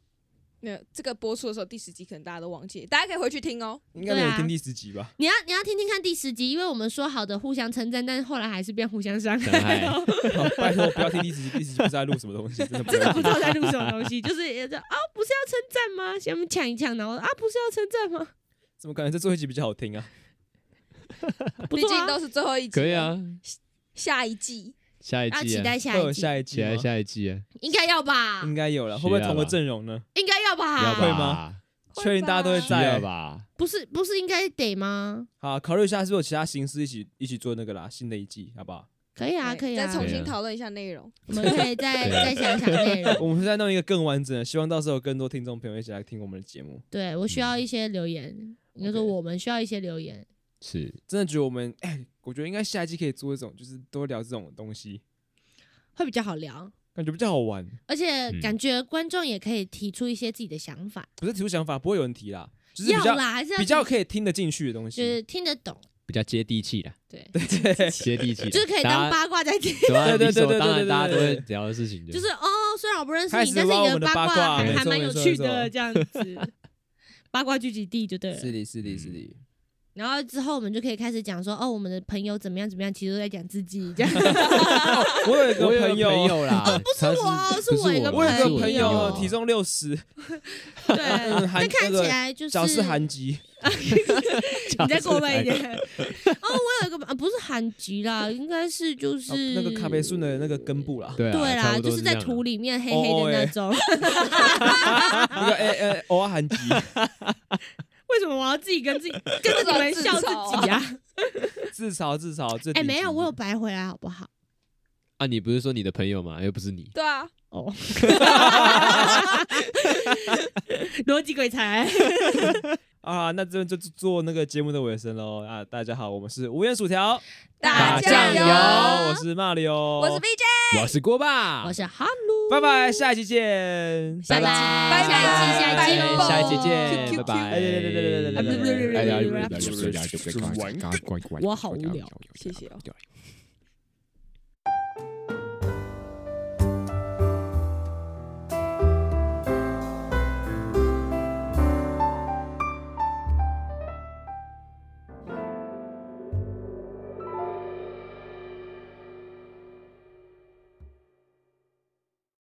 没有这个播出的时候，第十集可能大家都忘记，大家可以回去听哦。应该没有啊听第十集吧？ [laughs] 你要你要听听看第十集，因为我们说好的互相称赞，但是后来还是变互相伤伤害害哦。好拜托不要听第十集，第十集不是在录什么东西，真的不 [laughs] 真要的不听知道在录什么东西，就是也在啊，不是要称赞吗？先抢一抢，然后啊，不是要称赞 [laughs] 吗？怎么感觉这最后一集比较好听啊？不毕错竟啊，都是最后一集，可以，啊，下一季下一要季期啊，待下会有一集，下一期集吗待？下一季啊，应该要吧？应该有了，需会不要会同个吧阵容呢？应该要吧？要会吧吗？确定大家都会需在要吧？不是不是应该得吗？好，考虑一下是不是有其他形式一起一起做那个啦，新的一季好不好？ [laughs] 可以啊，对可以啊再，重对新啊讨论一下内容。我们可 [laughs] 以再对啊再想想内 [laughs] 容。我们是在弄一个更完整的，希望到时候有更多听众朋友一起来听我们的节目。对我需要一些留言，应该说 OK 我们需要一些留言。是真的觉得我们，哎，我觉得应该下一季可以做一种，就是多聊这种东西，会比较好聊，感觉比较好玩。而且嗯感觉观众也可以提出一些自己的想法，不是提出想法，不会有人提啦，就是比要较啦，还是要比较提可以听得进去的东就西。是听得懂，比较接地气的， [laughs] 对，对，接地气，就是可以当。八卦在听，对啊，对理对所对对当对然对大家都会对聊的事情，就是哦，虽然我不认识开你，始但是挖你我们的八八卦卦还没还错蛮没有错趣没错的，这样子， [laughs] 八卦聚集地就对了。是的，是的，嗯是的。然后之后我们就可以开始讲说，哦，我们的朋友怎么样怎么样，其实都在讲自己这样。 [laughs] 我有一个我有朋友，友啦， [laughs] 不是我啊不是我一个我有是一个我的朋朋友啊友体重六十，对，嗯但韩那看起个来就是脚是 [laughs] 韩籍，你再过分一点。哦，我有一个啊，不是韩籍啦，应该是就是、哦那个卡贝顺的那个根部啦，对啊对差啦，不多就是这在样土啦里面黑哦黑哎的那种。 [laughs] 那个哎哎，偶尔韩籍，为什么我要自己跟自己 [laughs] 跟着你们笑自己啊？自嘲 [laughs] 自嘲，这哎、没有，我有有白回来好不好？啊，你不是说你的朋友嘛，又不是你，对啊，哦，逻辑鬼才，啊，那这就做那个节目的尾声喽啊！大家好，我们是无缘薯条打酱油，油我是马里我是欧， BJ，我是锅巴，我是哈鲁，拜拜，下一期见，下一期，拜下一期，下一期拜喽，拜下一期见，拜哎对对对对对对对拜。对对对对对对哎呀对对对就是我好无聊，谢谢哦。